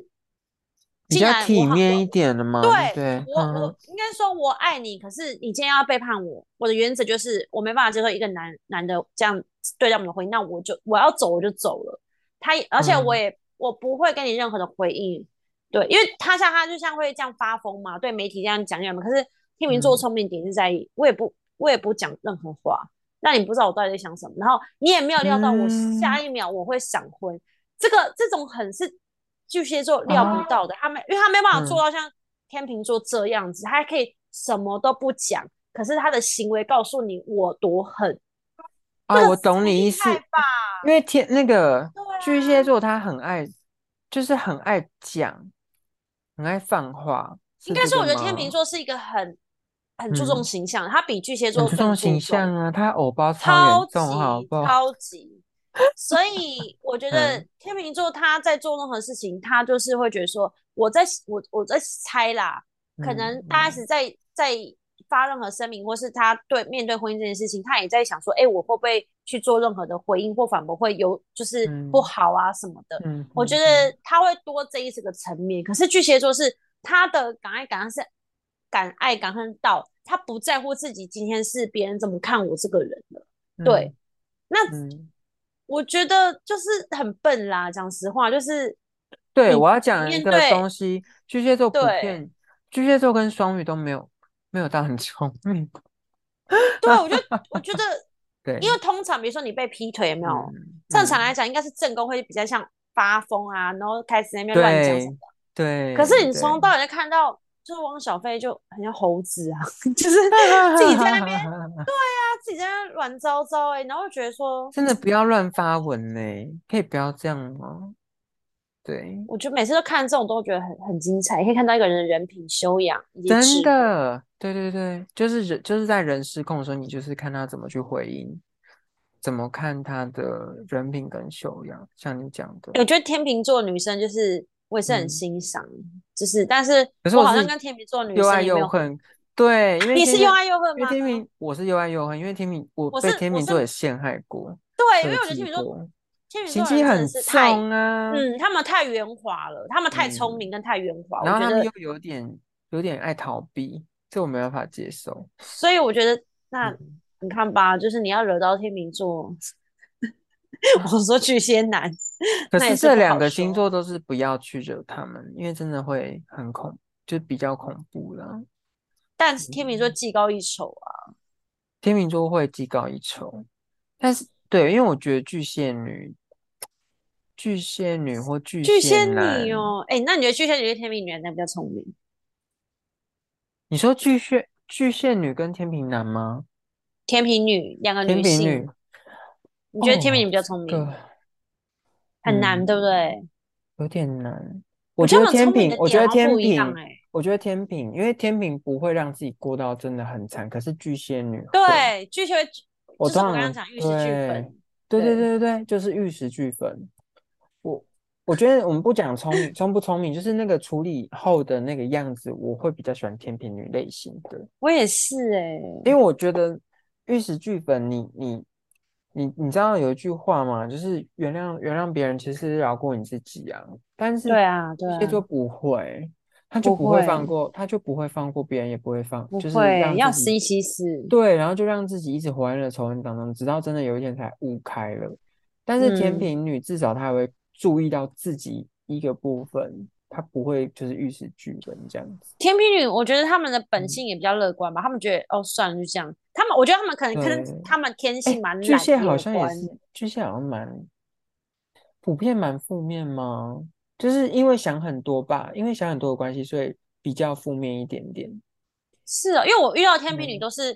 [SPEAKER 2] 比
[SPEAKER 1] 竟
[SPEAKER 2] 较
[SPEAKER 1] 然我
[SPEAKER 2] 体
[SPEAKER 1] 好
[SPEAKER 2] 面一
[SPEAKER 1] 我
[SPEAKER 2] 点的嘛，对不
[SPEAKER 1] 对
[SPEAKER 2] 对？
[SPEAKER 1] 我
[SPEAKER 2] 嗯
[SPEAKER 1] 我应该说我爱你，可是你今天要背叛我，我的原则就是我没办法接受一个男男的这样对待我们的婚姻，那我就我要走我就走了。他也而且我
[SPEAKER 2] 嗯
[SPEAKER 1] 也我不会给你任何的回应，对，因为他像他就像会这样发疯嘛，对媒体这样讲讲嘛。可是天秤座
[SPEAKER 2] 嗯
[SPEAKER 1] 聪明点是在于，我也不我也不讲任何话，让你不知道我到底在想什么，然后你也没有料到我下
[SPEAKER 2] 嗯
[SPEAKER 1] 一秒我会闪婚，这个这种很是巨蟹座料不
[SPEAKER 2] 啊
[SPEAKER 1] 到的，他们因为他没办法做
[SPEAKER 2] 嗯
[SPEAKER 1] 到像天秤座这样子，他还可以什么都不讲，可是他的行为告诉你我多狠，这
[SPEAKER 2] 啊，
[SPEAKER 1] 个
[SPEAKER 2] 我懂
[SPEAKER 1] 才
[SPEAKER 2] 你
[SPEAKER 1] 厉
[SPEAKER 2] 意
[SPEAKER 1] 害
[SPEAKER 2] 思，
[SPEAKER 1] 吧？
[SPEAKER 2] 因为天那个
[SPEAKER 1] 对
[SPEAKER 2] 巨蟹
[SPEAKER 1] 啊，
[SPEAKER 2] 座他很爱，就是很爱讲，很爱放话，
[SPEAKER 1] 应
[SPEAKER 2] 是
[SPEAKER 1] 该
[SPEAKER 2] 这
[SPEAKER 1] 说
[SPEAKER 2] 个
[SPEAKER 1] 我觉得天秤
[SPEAKER 2] 吗？
[SPEAKER 1] 座是一个很很注重
[SPEAKER 2] 嗯，
[SPEAKER 1] 形象，他比巨蟹
[SPEAKER 2] 很
[SPEAKER 1] 座
[SPEAKER 2] 注
[SPEAKER 1] 更
[SPEAKER 2] 重
[SPEAKER 1] 注
[SPEAKER 2] 形
[SPEAKER 1] 重。
[SPEAKER 2] 象啊，他偶包超严
[SPEAKER 1] 超
[SPEAKER 2] 重，好
[SPEAKER 1] 级
[SPEAKER 2] 不好？
[SPEAKER 1] 超级，所以我觉得
[SPEAKER 2] 嗯
[SPEAKER 1] 天秤座他在做任何事情，他就是会觉得说，我在我我在猜啦，可
[SPEAKER 2] 嗯
[SPEAKER 1] 能大 S
[SPEAKER 2] 嗯
[SPEAKER 1] 在在发任何声明，或是他对面对婚姻这件事情，他也在想说，哎、我会不会去做任何的回应或反驳，会有就是
[SPEAKER 2] 嗯
[SPEAKER 1] 不好啊什么的。
[SPEAKER 2] 嗯，
[SPEAKER 1] 我觉
[SPEAKER 2] 嗯
[SPEAKER 1] 得他会多这一这个层面。可是巨蟹座是他的敢爱敢恨是敢爱敢恨到他不在乎自己今天是别人怎么看我这个人了。对，那
[SPEAKER 2] 嗯嗯
[SPEAKER 1] 我觉得就是很笨啦，讲实话， 就是
[SPEAKER 2] 对，
[SPEAKER 1] 你
[SPEAKER 2] 我要讲一
[SPEAKER 1] 面
[SPEAKER 2] 个
[SPEAKER 1] 对
[SPEAKER 2] 东西，巨蟹座普
[SPEAKER 1] 对
[SPEAKER 2] 遍，巨蟹座跟双鱼都没有没有到很聪明，
[SPEAKER 1] 对我觉得我觉得，
[SPEAKER 2] 对，
[SPEAKER 1] 因为通常比如说你被劈腿有没有？
[SPEAKER 2] 嗯
[SPEAKER 1] 正常
[SPEAKER 2] 嗯
[SPEAKER 1] 来讲应该是正宫会比较像发疯啊，然后开始在那边乱讲什么的。
[SPEAKER 2] 对，
[SPEAKER 1] 可是你从头
[SPEAKER 2] 对
[SPEAKER 1] 到尾就看到，就是汪小菲就很像猴子啊， 就是自己在那边他自己在那边乱糟糟哎、然后就觉得说，
[SPEAKER 2] 真的不要乱发文呢、可以不要这样吗？对，
[SPEAKER 1] 我觉得每次都看这种都觉得很很精彩，可以看到一个人的人品修养以及智
[SPEAKER 2] 真
[SPEAKER 1] 慧。
[SPEAKER 2] 的，对对对，就是人就是在人失控的时候，你就是看他怎么去回应，怎么看他的人品跟修养，像你讲的。
[SPEAKER 1] 我觉得天秤座女生就是我也是很
[SPEAKER 2] 嗯
[SPEAKER 1] 欣赏，就是但是
[SPEAKER 2] 可是
[SPEAKER 1] 我
[SPEAKER 2] 我
[SPEAKER 1] 好像
[SPEAKER 2] 是
[SPEAKER 1] 跟天秤座女
[SPEAKER 2] 又
[SPEAKER 1] 生
[SPEAKER 2] 爱
[SPEAKER 1] 也没
[SPEAKER 2] 又
[SPEAKER 1] 有很，
[SPEAKER 2] 恨，对，因为
[SPEAKER 1] 你
[SPEAKER 2] 天
[SPEAKER 1] 是又
[SPEAKER 2] 秤
[SPEAKER 1] 爱又恨
[SPEAKER 2] 因为
[SPEAKER 1] 吗？
[SPEAKER 2] 天秤，我是又爱又恨，因为天秤我
[SPEAKER 1] 我
[SPEAKER 2] 被
[SPEAKER 1] 是
[SPEAKER 2] 天
[SPEAKER 1] 我
[SPEAKER 2] 秤
[SPEAKER 1] 是
[SPEAKER 2] 座也陷害过，
[SPEAKER 1] 对，因
[SPEAKER 2] 设
[SPEAKER 1] 为我觉得
[SPEAKER 2] 计
[SPEAKER 1] 天秤座
[SPEAKER 2] 过，
[SPEAKER 1] 天秤
[SPEAKER 2] 心
[SPEAKER 1] 座人
[SPEAKER 2] 机
[SPEAKER 1] 真的
[SPEAKER 2] 很
[SPEAKER 1] 是太
[SPEAKER 2] 重啊，
[SPEAKER 1] 嗯，他们太圆滑了，他们太聪
[SPEAKER 2] 嗯
[SPEAKER 1] 明跟太圆滑，我
[SPEAKER 2] 然后
[SPEAKER 1] 觉
[SPEAKER 2] 他们
[SPEAKER 1] 得，
[SPEAKER 2] 又有点有点爱逃避，这我没办法接受。
[SPEAKER 1] 所以我觉得那
[SPEAKER 2] 嗯，
[SPEAKER 1] 你看吧，就是你要惹到天秤座， 我说巨蟹男，
[SPEAKER 2] 可
[SPEAKER 1] 那也
[SPEAKER 2] 是
[SPEAKER 1] 是
[SPEAKER 2] 这
[SPEAKER 1] 不
[SPEAKER 2] 两
[SPEAKER 1] 好
[SPEAKER 2] 个星
[SPEAKER 1] 说
[SPEAKER 2] 座都是不要去惹他们，因为真的会很恐，就比较恐怖啦。
[SPEAKER 1] 但是天秤座
[SPEAKER 2] 嗯，
[SPEAKER 1] 技高一筹啊，
[SPEAKER 2] 天秤座会技高一筹，但是对，因为我觉得巨蟹女、巨蟹女或巨
[SPEAKER 1] 巨蟹
[SPEAKER 2] 蟹男，
[SPEAKER 1] 女哦，哎，那你觉得巨蟹女跟天秤女哪个比较聪明？
[SPEAKER 2] 你说巨蟹巨蟹女跟天秤男吗？
[SPEAKER 1] 天秤女两个
[SPEAKER 2] 天
[SPEAKER 1] 女
[SPEAKER 2] 秤
[SPEAKER 1] 性，
[SPEAKER 2] 女
[SPEAKER 1] 你觉得天秤女
[SPEAKER 2] 哦，
[SPEAKER 1] 比较聪
[SPEAKER 2] 这
[SPEAKER 1] 明？
[SPEAKER 2] 个
[SPEAKER 1] 很难，对不
[SPEAKER 2] 嗯。
[SPEAKER 1] 对？
[SPEAKER 2] 有点难。我
[SPEAKER 1] 我
[SPEAKER 2] 觉
[SPEAKER 1] 觉得
[SPEAKER 2] 得
[SPEAKER 1] 他们聪
[SPEAKER 2] 天
[SPEAKER 1] 明
[SPEAKER 2] 平，
[SPEAKER 1] 的
[SPEAKER 2] 我觉
[SPEAKER 1] 点
[SPEAKER 2] 得
[SPEAKER 1] 好像
[SPEAKER 2] 天
[SPEAKER 1] 不一样
[SPEAKER 2] 平，
[SPEAKER 1] 哎、
[SPEAKER 2] 我觉得天平，因为天平不会让自己过到真的很惨，可是巨蟹女会。
[SPEAKER 1] 对，巨蟹会
[SPEAKER 2] 我
[SPEAKER 1] 就是
[SPEAKER 2] 通
[SPEAKER 1] 我刚刚
[SPEAKER 2] 常
[SPEAKER 1] 讲玉石俱
[SPEAKER 2] 对，
[SPEAKER 1] 焚，
[SPEAKER 2] 对
[SPEAKER 1] 对。
[SPEAKER 2] 对对对对，就是玉石俱焚。我我觉得我们不讲聪明，聪不聪明，就是那个处理后的那个样子，我会比较喜欢天平女类型的。
[SPEAKER 1] 我也是哎、
[SPEAKER 2] 因为我觉得玉石俱焚，你你你你知道有一句话吗？就是原谅原谅别人，其实是饶过你自己啊。但是
[SPEAKER 1] 对啊，对
[SPEAKER 2] 巨蟹
[SPEAKER 1] 啊，
[SPEAKER 2] 座不会，他就
[SPEAKER 1] 不
[SPEAKER 2] 不会
[SPEAKER 1] 会，
[SPEAKER 2] 放过，他就不会放过别人，也不会放，
[SPEAKER 1] 不
[SPEAKER 2] 就是
[SPEAKER 1] 会，
[SPEAKER 2] 让
[SPEAKER 1] 要
[SPEAKER 2] 自
[SPEAKER 1] 死
[SPEAKER 2] 己
[SPEAKER 1] 一起死。
[SPEAKER 2] 对，然后就让自己一直活在那个仇恨当中，直到真的有一天才悟开了。但是天
[SPEAKER 1] 嗯，
[SPEAKER 2] 秤女至少她还会注意到自己一个部分，她不会就是玉石俱焚这样子。
[SPEAKER 1] 天秤女，我觉得他们的本
[SPEAKER 2] 嗯，
[SPEAKER 1] 性也比较乐观吧，他们觉得哦，算了，就这样。他们，我觉得他们可能跟
[SPEAKER 2] 对。
[SPEAKER 1] 他们天性
[SPEAKER 2] 哎，
[SPEAKER 1] 蛮
[SPEAKER 2] 巨
[SPEAKER 1] 懒
[SPEAKER 2] 蟹
[SPEAKER 1] 也
[SPEAKER 2] 好
[SPEAKER 1] 有
[SPEAKER 2] 像也
[SPEAKER 1] 关。
[SPEAKER 2] 是，巨蟹好像蛮普遍蛮负面吗？就是因为想很多吧，因为想很多的关系，所以比较负面一点点。
[SPEAKER 1] 是哦，因为我遇到天秤女
[SPEAKER 2] 嗯
[SPEAKER 1] 都是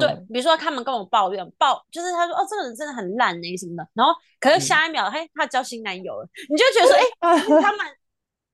[SPEAKER 1] 对，
[SPEAKER 2] 嗯
[SPEAKER 1] 比如说他们跟我抱怨抱，就是他说哦，这个人真的很烂呢、什么的，然后可是
[SPEAKER 2] 嗯，
[SPEAKER 1] 下一秒，嘿，他交新男友了，你就觉得说，哎、 就是他们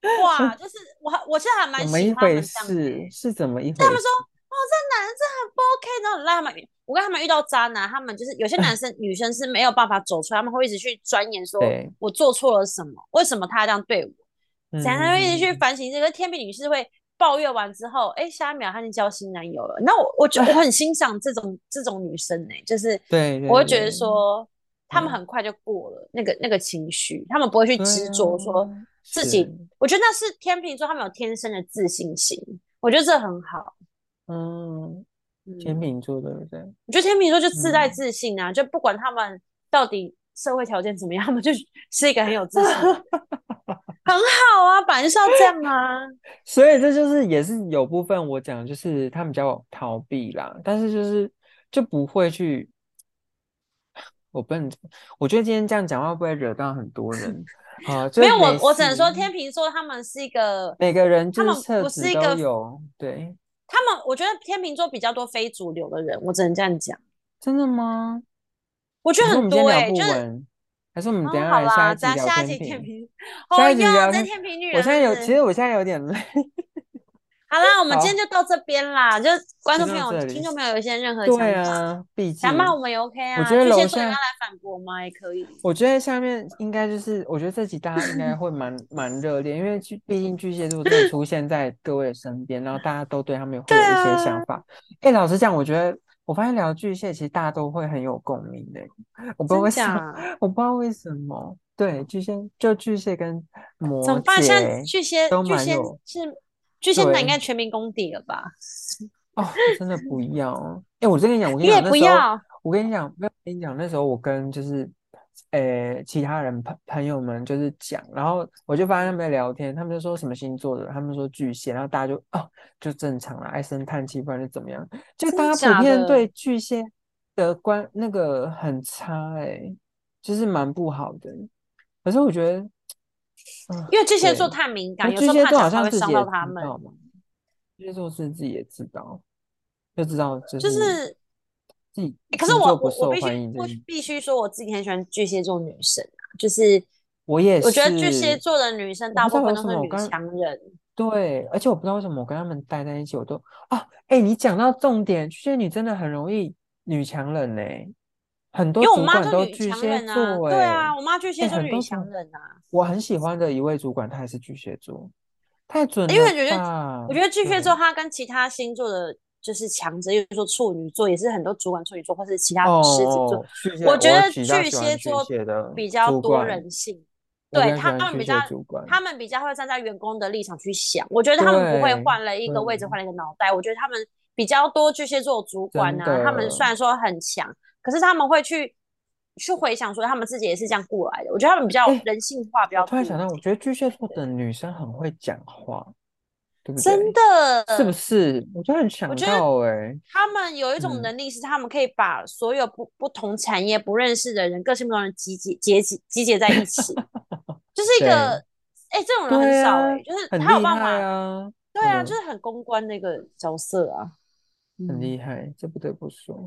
[SPEAKER 1] 哇，就是我还我现在还蛮
[SPEAKER 2] 怎么
[SPEAKER 1] 喜
[SPEAKER 2] 一
[SPEAKER 1] 欢他
[SPEAKER 2] 回
[SPEAKER 1] 们这样的、
[SPEAKER 2] 事？是怎么一
[SPEAKER 1] 对他
[SPEAKER 2] 回
[SPEAKER 1] 们说，
[SPEAKER 2] 事？
[SPEAKER 1] 哦，这男人真的很不 OK，然后很烂。他们，我跟他们遇到渣男，他们就是有些男生、女生是没有办法走出来，他们会一直去钻研说，
[SPEAKER 2] 对，
[SPEAKER 1] 我做错了什么，为什么他这样对我，怎样，他会一直去
[SPEAKER 2] 嗯，
[SPEAKER 1] 反省这个。天秤女是会抱怨完之后，哎，下一秒她就交新男友了。那我我觉我很欣赏这种这种女生呢、就是
[SPEAKER 2] 对
[SPEAKER 1] 我
[SPEAKER 2] 对
[SPEAKER 1] 会觉得
[SPEAKER 2] 对，
[SPEAKER 1] 说，她们
[SPEAKER 2] 嗯，
[SPEAKER 1] 很快就过了那个那个情绪，她们不会去
[SPEAKER 2] 对
[SPEAKER 1] 执
[SPEAKER 2] 啊，
[SPEAKER 1] 着说自己。
[SPEAKER 2] 是，
[SPEAKER 1] 我觉得那是天秤座，他们有天生的自信心，我觉得这很好。
[SPEAKER 2] 嗯，天
[SPEAKER 1] 嗯，
[SPEAKER 2] 秤座对不对？
[SPEAKER 1] 我觉得天秤座就自带
[SPEAKER 2] 嗯，
[SPEAKER 1] 自信啊，就不管他们到底社会条件怎么样，他们就是一个很有自信 的人，很好啊，本来就是要这样 啊。
[SPEAKER 2] 所以这就是也是有部分我讲，就是他们比较逃避啦，但是就是就不会去， 我不能，我觉得今天这样讲话会不会惹到很多 人？啊、
[SPEAKER 1] 没
[SPEAKER 2] 就
[SPEAKER 1] 有，
[SPEAKER 2] 没
[SPEAKER 1] 我我只
[SPEAKER 2] 事，
[SPEAKER 1] 能说天秤座他们是一个，
[SPEAKER 2] 每个人
[SPEAKER 1] 他
[SPEAKER 2] 就是
[SPEAKER 1] 们
[SPEAKER 2] 特
[SPEAKER 1] 不
[SPEAKER 2] 质
[SPEAKER 1] 是一
[SPEAKER 2] 都
[SPEAKER 1] 个，
[SPEAKER 2] 有，对，
[SPEAKER 1] 他们我觉得天秤座比较多非主流的人，我只能这样讲。
[SPEAKER 2] 真的吗？
[SPEAKER 1] 我觉
[SPEAKER 2] 还
[SPEAKER 1] 得
[SPEAKER 2] 是
[SPEAKER 1] 很
[SPEAKER 2] 我们今天
[SPEAKER 1] 多
[SPEAKER 2] 聊
[SPEAKER 1] 哎、就
[SPEAKER 2] 不
[SPEAKER 1] 是
[SPEAKER 2] 完？还是我们等一
[SPEAKER 1] 哦，
[SPEAKER 2] 下
[SPEAKER 1] 好
[SPEAKER 2] 来下
[SPEAKER 1] 啦，
[SPEAKER 2] 一集
[SPEAKER 1] 咱
[SPEAKER 2] 聊
[SPEAKER 1] 下一
[SPEAKER 2] 天
[SPEAKER 1] 集天
[SPEAKER 2] 平？
[SPEAKER 1] 秤， 哦
[SPEAKER 2] 下一
[SPEAKER 1] 哟，
[SPEAKER 2] 集聊
[SPEAKER 1] 这
[SPEAKER 2] 天，
[SPEAKER 1] 天秤女
[SPEAKER 2] 我现在有，其
[SPEAKER 1] 人，
[SPEAKER 2] 实我现在有点累。
[SPEAKER 1] 好啦，我们今
[SPEAKER 2] 好，
[SPEAKER 1] 天就到这边啦，就观众朋
[SPEAKER 2] 就到
[SPEAKER 1] 友、
[SPEAKER 2] 这里
[SPEAKER 1] 听众朋友有一些任何想
[SPEAKER 2] 对
[SPEAKER 1] 法，
[SPEAKER 2] 啊，毕竟
[SPEAKER 1] 想骂我们也 OK 啊。
[SPEAKER 2] 我觉得
[SPEAKER 1] 巨蟹
[SPEAKER 2] 楼
[SPEAKER 1] 座你要
[SPEAKER 2] 下
[SPEAKER 1] 来反驳吗？也可以。
[SPEAKER 2] 我觉得下面应该就是，我觉得这集大家应该会蛮蛮热烈，因为巨毕竟巨蟹座真的出现在各位的身边，然后大家都对他们会有一些想法。哎、老实讲，我觉得我发现聊巨蟹，其实大家都会很有共鸣的、我不知道为
[SPEAKER 1] 真
[SPEAKER 2] 什么，
[SPEAKER 1] 假？
[SPEAKER 2] 我不知道为什么。对，巨蟹就巨蟹跟摩
[SPEAKER 1] 怎么办？现在
[SPEAKER 2] 羯
[SPEAKER 1] 巨蟹
[SPEAKER 2] 都
[SPEAKER 1] 巨
[SPEAKER 2] 蛮
[SPEAKER 1] 蟹
[SPEAKER 2] 有
[SPEAKER 1] 是巨蟹男应
[SPEAKER 2] 对
[SPEAKER 1] 该全民公敌了吧？
[SPEAKER 2] 哦，真的不要。哎、我跟你讲，我跟
[SPEAKER 1] 你
[SPEAKER 2] 你
[SPEAKER 1] 也
[SPEAKER 2] 讲，那
[SPEAKER 1] 不
[SPEAKER 2] 时候
[SPEAKER 1] 要，
[SPEAKER 2] 我跟你讲，没有跟你讲，那时候我跟就是，呃，其他人朋朋友们就是讲，然后我就发现他们在聊天，他们就说什么星座的，他们说巨蟹，然后大家就哦，就正常了，唉声叹气，不然就怎么样？就
[SPEAKER 1] 真的
[SPEAKER 2] 大家普
[SPEAKER 1] 假
[SPEAKER 2] 遍对
[SPEAKER 1] 的？
[SPEAKER 2] 巨蟹的观那个很差、哎，就是蛮不好的。可是我觉得，啊、
[SPEAKER 1] 因为巨蟹座
[SPEAKER 2] 对，
[SPEAKER 1] 太敏
[SPEAKER 2] 可
[SPEAKER 1] 感，
[SPEAKER 2] 是
[SPEAKER 1] 有
[SPEAKER 2] 巨
[SPEAKER 1] 时候
[SPEAKER 2] 蟹
[SPEAKER 1] 怕
[SPEAKER 2] 座好
[SPEAKER 1] 讲话
[SPEAKER 2] 像
[SPEAKER 1] 会
[SPEAKER 2] 自己
[SPEAKER 1] 伤
[SPEAKER 2] 也
[SPEAKER 1] 到
[SPEAKER 2] 知
[SPEAKER 1] 他们。
[SPEAKER 2] 道嘛，巨蟹座是自己也知道。就知道就
[SPEAKER 1] 就是是，
[SPEAKER 2] 自己
[SPEAKER 1] 欸可是
[SPEAKER 2] 星
[SPEAKER 1] 我
[SPEAKER 2] 座不
[SPEAKER 1] 我我
[SPEAKER 2] 受
[SPEAKER 1] 必须
[SPEAKER 2] 欢迎这
[SPEAKER 1] 我
[SPEAKER 2] 件，
[SPEAKER 1] 必须说，我自己很喜欢巨蟹座女生啊，就是
[SPEAKER 2] 我也
[SPEAKER 1] 我觉得巨蟹
[SPEAKER 2] 是，
[SPEAKER 1] 座的女生
[SPEAKER 2] 我
[SPEAKER 1] 大
[SPEAKER 2] 不知
[SPEAKER 1] 部
[SPEAKER 2] 道
[SPEAKER 1] 分
[SPEAKER 2] 为
[SPEAKER 1] 都
[SPEAKER 2] 什
[SPEAKER 1] 是
[SPEAKER 2] 么我
[SPEAKER 1] 女
[SPEAKER 2] 跟
[SPEAKER 1] 强人，
[SPEAKER 2] 对，而且我不知道为什么我跟他们待在一起，我都啊，哎、你讲到重点，巨蟹女真的很容易女强人呢、很多
[SPEAKER 1] 因为我
[SPEAKER 2] 主
[SPEAKER 1] 妈
[SPEAKER 2] 管
[SPEAKER 1] 就
[SPEAKER 2] 都
[SPEAKER 1] 女
[SPEAKER 2] 巨
[SPEAKER 1] 强
[SPEAKER 2] 蟹
[SPEAKER 1] 人啊，
[SPEAKER 2] 座
[SPEAKER 1] 对
[SPEAKER 2] 哎、
[SPEAKER 1] 啊，我妈巨蟹
[SPEAKER 2] 哎、
[SPEAKER 1] 座
[SPEAKER 2] 很
[SPEAKER 1] 女
[SPEAKER 2] 多
[SPEAKER 1] 强
[SPEAKER 2] 主，
[SPEAKER 1] 人啊，
[SPEAKER 2] 我很喜欢的一位主管，他也是巨蟹座，太准
[SPEAKER 1] 因为
[SPEAKER 2] 了
[SPEAKER 1] 我觉得
[SPEAKER 2] 吧？
[SPEAKER 1] 我觉得巨蟹座
[SPEAKER 2] 啊对，
[SPEAKER 1] 它跟其他星座的就是强者，例如说处女座也是很多主管处女座或是其
[SPEAKER 2] 哦
[SPEAKER 1] 他狮子座，
[SPEAKER 2] 哦，巨蟹，
[SPEAKER 1] 我觉
[SPEAKER 2] 我
[SPEAKER 1] 得
[SPEAKER 2] 比较
[SPEAKER 1] 巨
[SPEAKER 2] 喜欢
[SPEAKER 1] 蟹
[SPEAKER 2] 巨
[SPEAKER 1] 座
[SPEAKER 2] 蟹的
[SPEAKER 1] 比较
[SPEAKER 2] 主
[SPEAKER 1] 多
[SPEAKER 2] 管，
[SPEAKER 1] 人性，
[SPEAKER 2] 我比
[SPEAKER 1] 对，
[SPEAKER 2] 较喜
[SPEAKER 1] 他
[SPEAKER 2] 欢
[SPEAKER 1] 们
[SPEAKER 2] 巨
[SPEAKER 1] 比较，
[SPEAKER 2] 蟹主管，
[SPEAKER 1] 他们比较会站在员工的立场去想。我觉得他们不会
[SPEAKER 2] 对嗯
[SPEAKER 1] 换了一
[SPEAKER 2] 对。
[SPEAKER 1] 个位置，换了一个脑袋。我觉得他们比较多巨蟹座主管
[SPEAKER 2] 真
[SPEAKER 1] 啊，他们
[SPEAKER 2] 的，
[SPEAKER 1] 虽然说很强，可是他们会去去回想说他们自己也是这样过来的。我觉得他们比较
[SPEAKER 2] 哎，
[SPEAKER 1] 人性化比
[SPEAKER 2] 我
[SPEAKER 1] 较
[SPEAKER 2] 突然
[SPEAKER 1] 多
[SPEAKER 2] 想
[SPEAKER 1] 一
[SPEAKER 2] 到，我
[SPEAKER 1] 点，
[SPEAKER 2] 觉得巨蟹座的女生很会讲话，对不
[SPEAKER 1] 真
[SPEAKER 2] 对？是不
[SPEAKER 1] 的。
[SPEAKER 2] 是？我就很
[SPEAKER 1] 嗯我
[SPEAKER 2] 想
[SPEAKER 1] 觉得
[SPEAKER 2] 到哎、
[SPEAKER 1] 他们有一种
[SPEAKER 2] 嗯，
[SPEAKER 1] 能力，是他们可以把所有不不同产业、不认识的人、个性不同的人集结、集结、集结在一 起，就是一个，
[SPEAKER 2] 对
[SPEAKER 1] 哎、这种人很
[SPEAKER 2] 对
[SPEAKER 1] 少哎、
[SPEAKER 2] 啊，
[SPEAKER 1] 就是
[SPEAKER 2] 很
[SPEAKER 1] 他有
[SPEAKER 2] 厉
[SPEAKER 1] 办
[SPEAKER 2] 害
[SPEAKER 1] 法，
[SPEAKER 2] 啊，
[SPEAKER 1] 对啊，就
[SPEAKER 2] 嗯，
[SPEAKER 1] 是很公关的一个角色啊，
[SPEAKER 2] 很
[SPEAKER 1] 嗯，
[SPEAKER 2] 厉害，这不得不说。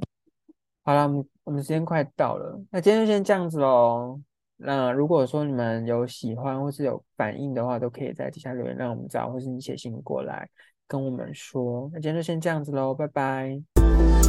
[SPEAKER 2] 好了，我们我们时间快到了，那今天就先这样子喽。那如果说你们有喜欢或是有反应的话，都可以在底下留言让我们知道，或是你写信过来跟我们说。那今天就先这样子喽，拜拜。